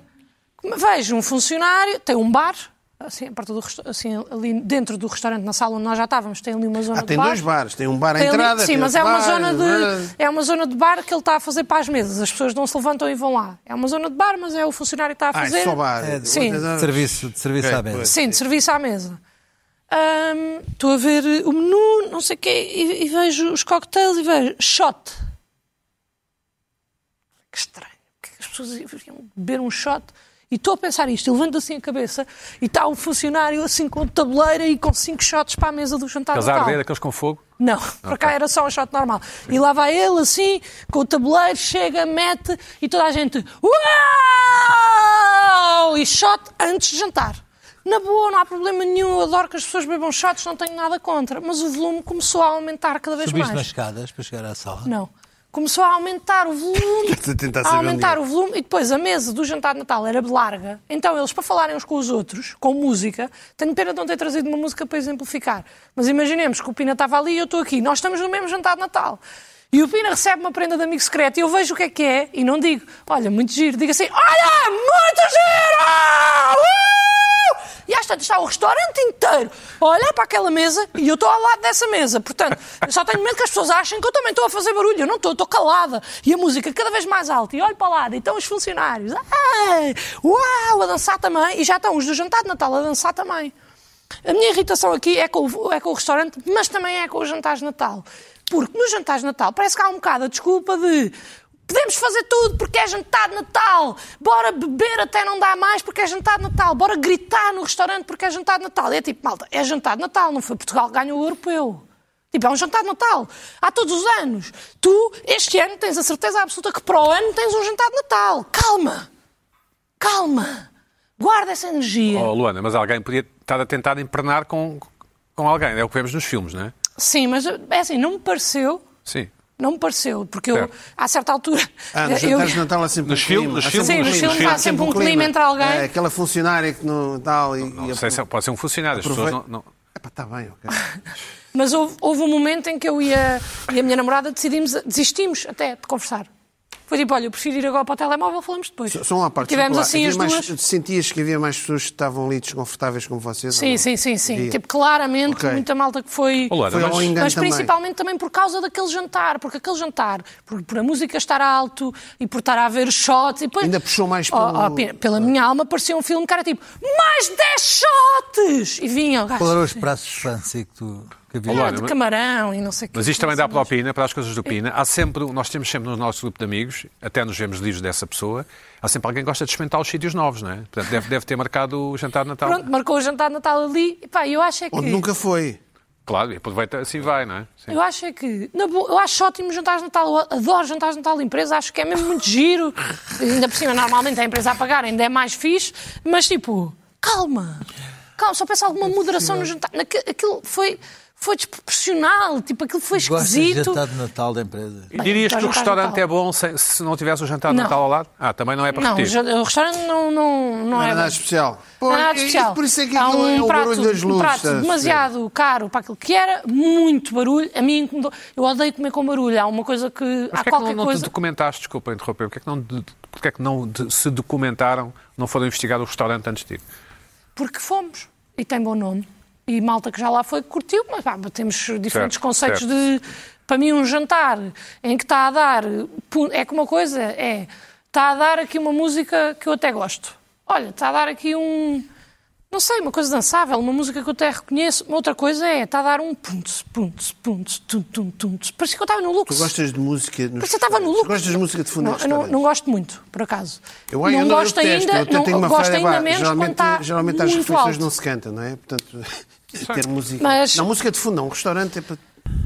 vejo um funcionário, tem um bar, assim, perto do, resta- assim, ali dentro do restaurante, na sala onde nós já estávamos, tem ali uma zona
Ah,
de
tem
bar.
dois bares. Tem um bar à
Tem ali-
entrada.
sim,
tem
mas é
outro
uma,
bar,
zona de,
bar-
é uma zona de bar que ele está a fazer para as mesas. As pessoas não se levantam e vão lá. É uma zona de bar, mas é o funcionário que está a
Ah,
fazer.
é só bar.
Sim.
De serviço, de serviço
Ok,
à mesa.
pois.
Sim, de serviço à mesa. Ahm, Estou a ver o menu, não sei o quê, e, e vejo os cocktails e vejo shot. Que estranho. Porque as pessoas iam beber um shot. E estou a pensar isto, e levanto assim a cabeça e está um funcionário assim com tabuleira e com cinco shots para a mesa do jantar.
Aqueles a
Natal.
arder, aqueles com fogo.
Não, para cá era só um shot normal. E lá vai ele, assim, com o tabuleiro, chega, mete e toda a gente. Uau! E shot antes de jantar. Na boa, não há problema nenhum, eu adoro que as pessoas bebam shots, não tenho nada contra. Mas o volume começou a aumentar cada vez
Subiste nas
mais.
escadas para chegar à sala.
Não. Começou a aumentar o volume.
[LAUGHS] Estou a tentar
a
saber onde
aumentar
é.
o volume. E depois a mesa do jantar de Natal era larga. Então eles, para falarem uns com os outros, com música, tenho pena de não ter trazido uma música para exemplificar. Mas imaginemos que o Pina estava ali e eu estou aqui. Nós estamos no mesmo jantar de Natal. E o Pina recebe uma prenda de amigo secreto e eu vejo o que é que é e não digo, olha, muito giro. Digo assim, olha, muito giro! Uh! E às tantas está o restaurante inteiro a olhar para aquela mesa e eu estou ao lado dessa mesa. Portanto, eu só tenho medo que as pessoas achem que eu também estou a fazer barulho. Eu não estou, estou calada. E a música cada vez mais alta. E olho para lá, e estão os funcionários. Ai, uau, a dançar também. E já estão os do jantar de Natal a dançar também. A minha irritação aqui é com, o, é com o restaurante, mas também é com os jantares de Natal. Porque nos jantares de Natal parece que há um bocado a desculpa de podemos fazer tudo porque é jantar de Natal, bora beber até não dá mais porque é jantar de Natal, bora gritar no restaurante porque é jantar de Natal. E é tipo, malta, é jantar de Natal, não foi Portugal que ganhou o europeu. Tipo, é um jantar de Natal. Há todos os anos. Tu, este ano, tens a certeza absoluta que para o ano tens um jantar de Natal. Calma! Calma! Guarda essa energia.
Oh, Luana, mas alguém podia estar a tentar empernar com, com alguém. É o que vemos nos filmes, não é?
Sim, mas é assim, não me pareceu,
Sim.
não me pareceu, porque eu,
Certo.
a certa altura.
Ah, nos
[LAUGHS] eu,
jantares de Natal há sempre
Nos
um
filmes,
clima.
nos
há
filmes,
sempre
nos
um
filmes
clima.
há
sempre um clima entre alguém.
É, aquela funcionária que não tal e...
Não sei se é- pode ser um funcionário. As pessoas não, não-
Está bem, ok.
mas houve, houve um momento em que eu ia, e a minha namorada decidimos, desistimos até de conversar. Foi tipo, olha, eu prefiro ir agora para o telemóvel, falamos depois.
Só uma parte. desculpa
Tivemos
lá,
assim
havia
as
mais-
duas.
Sentias que havia mais pessoas que estavam ali desconfortáveis como vocês? ou
Sim,
não?
sim, sim, sim.
Havia.
Tipo, claramente,
Ok.
muita malta que foi.
Olá,
Foi
mas-
ao engano
Mas
também.
principalmente também por causa daquele jantar, porque aquele jantar, por, por a música estar alto e por estar a haver shots. E depois,
Ainda puxou mais
Oh,
pelo-
oh, pe- pela minha alma, parecia um filme que era tipo mais 10 shots! E vinham,
Qual era os
gajo.
praços de França que tu que havia?
Ah,
Olá.
de
mas-
camarão e não sei o quê.
Oh, Mas isto também
Não
dá
sei
para a
mais.
Pina, para as coisas
É.
do Pina. Há sempre, nós temos sempre no nosso grupo de amigos, até nos vemos livros dessa pessoa, há sempre alguém que gosta de experimentar os sítios novos, não é? Portanto, deve, deve ter marcado o jantar de Natal.
Pronto, marcou o jantar de Natal ali. E pá, eu acho é que.
Onde nunca foi.
Claro, e aproveita assim vai, não é? Sim.
Eu acho é que. na boa, eu acho ótimo jantares de Natal. Eu adoro jantares de Natal de empresa. Acho que é mesmo muito
[LAUGHS]
giro. Ainda por cima, normalmente é a empresa a pagar, ainda é mais fixe. Mas tipo, calma. Calma, só peço alguma moderação no jantar. Naque- Aquilo foi, foi desproporcional. Tipo, aquilo foi
Gostas de
esquisito.
jantar de Natal da empresa?
E dirias que o
Bem, então jantar de
restaurante
Natal.
é bom sem- se não tivesse o jantar de
Não.
Natal ao lado? Ah, também não é para
Não, o
repetir.
ja- o restaurante não, não, não,
Não
é.
era nada
bom.
especial.
Não é nada de
é-
especial.
Por isso é que
Há um
aquilo é o
prato-
barulho das luzes.
Um
está a
prato
perceber?
demasiado caro para aquilo que era, muito barulho. A mim incomodou. Eu odeio comer com barulho. Há uma coisa que.
Mas
há
porquê é que
qualquer
não, não te
coisa.
documentaste? Desculpa interromper. Porquê é que não, de- porquê é que não de- se documentaram, não foram investigar o restaurante antes de ir?
Porque fomos. E tem bom nome. E malta que já lá foi que curtiu, mas pá, temos diferentes
Certo,
conceitos
certo.
de. Para mim, um jantar em que está a dar. pu- É que uma coisa é. Está a dar aqui uma música que eu até gosto. Olha, está a dar aqui um. Não sei, uma coisa dançável, uma música que eu até reconheço. Uma outra coisa é. Está a dar um. Puntos, puntos, puntos, tum, tum, tum. Parecia que eu estava no
Tu
Lux.
gostas de música. Nos...
Mas eu estava no Lux.
Gostas de música de fundo
Não,
em
eu não, não
restaurantes?
gosto muito, por acaso.
Eu, eu não
gosto
eu detesto.
ainda,
Eu tenho
não,
uma
gosto
frase,
ainda
pá,
menos quando
geralmente,
está
geralmente às
muito
refeições
alto.
não se canta, não é? Portanto, ter música.
Mas-
Não, música de fundo, não. Um restaurante é para.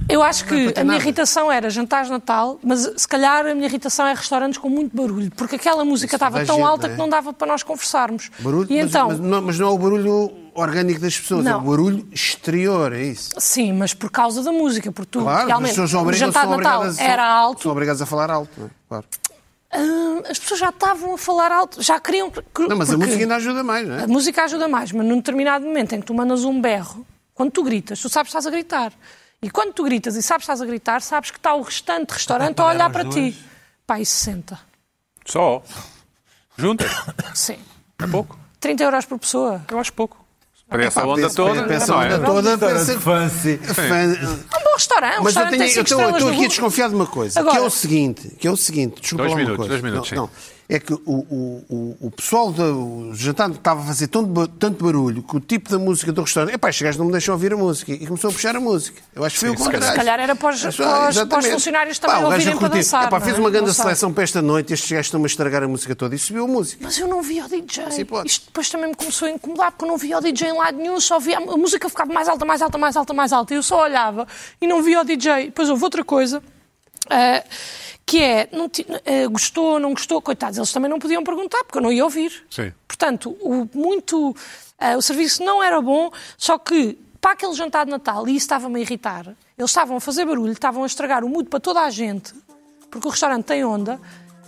Eu acho que
ter
a minha
nada.
irritação era jantares de Natal, mas se calhar a minha irritação é restaurantes com muito barulho, porque aquela música
toda
estava
a
tão
gente,
alta
não é?
que não dava para nós conversarmos.
Barulho,
e
mas,
então,
mas não, mas não é o barulho orgânico das pessoas, é
Não.
o barulho exterior, é isso.
sim, mas por causa da música, porque tu
Claro, as
realmente
pessoas
o
obrigam,
jantar
são
de Natal
obrigadas, são-
era alto,
São obrigadas a falar alto, não é? Claro.
ah, as pessoas já estavam a falar alto, já queriam.
Não, mas a
porque-
música ainda ajuda mais, não é?
A música ajuda mais, mas num determinado momento em que tu mandas um berro, quando tu gritas, tu sabes que estás a gritar. E quando tu gritas e sabes que estás a gritar, sabes que está o restante restaurante a olhar para ti. Pá, isso senta.
Só. Juntas.
Sim.
É pouco.
30 euros por pessoa.
Eu acho pouco. Para essa
Pá,
onda
pensa-
toda.
Pensa a
não é?
onda toda, pensa que.
Fancy.
Fan-
É um bom restaurante. Um
Mas eu, tenho,
restaurante tem
eu
cinco
estou, eu
estrelas
estou
no
aqui a
Google.
desconfiar de uma coisa, que é
Agora-
o seguinte, que é o seguinte, desculpa
Dois
lá uma
minutos,
coisa.
dois minutos,
não,
sim.
não. é que o, o, o, o pessoal do o jantar estava a fazer tanto, ba- tanto barulho que o tipo da música do restaurante, epá, estes gajos não me deixam ouvir a música, e começou a puxar a música. Eu acho que foi o contrário.
calhar. Se calhar era para os-
Mas,
para os-
exatamente.
para os funcionários também
Pá, o gajo
ouvirem
a
para
curtir.
dançar,
Epá,
não
fez
é?
uma grande
Não sei.
seleção para esta noite, estes gajos estão-me a estragar a música toda, e subiu a música.
Mas eu não via o DJ.
Sim, pode.
Isto depois também me começou a incomodar, porque eu não via o DJ em lado nenhum, só via a música ficava mais alta, mais alta, mais alta, mais alta. E eu só olhava e não via o DJ. Depois houve outra coisa. ah, que é, não ti- ah, gostou, não gostou, coitados, eles também não podiam perguntar, porque eu não ia ouvir.
Sim.
Portanto, o, muito, ah, o serviço não era bom, só que para aquele jantar de Natal, e isso estava-me a irritar, eles estavam a fazer barulho, estavam a estragar o mudo para toda a gente, porque o restaurante tem onda,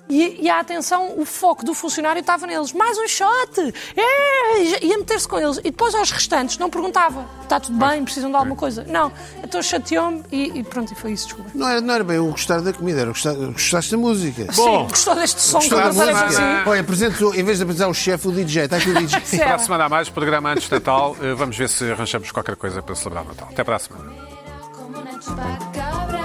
e, e a atenção, o foco do funcionário estava neles. Mais um shot! É! E Ia meter-se com eles. E depois aos restantes não perguntava. Está tudo bem? Precisam de alguma coisa? Não. Então chateou-me e, e pronto, e foi isso, desculpa.
Não era, não era bem o gostar da comida, era o gostar, gostaste da música.
Bom,
Sim, gostou deste som que eu
Gostar da
passei
semana-
assim?
música. Olha, apresento, em vez de apresentar o chefe, o DJ, está aqui o DJ.
[LAUGHS] Isso
Para
era.
a semana a mais, programa antes de Natal. Eh, Vamos ver se arranjamos qualquer coisa para celebrar o Natal. Até para a semana.
Como una chupacabra.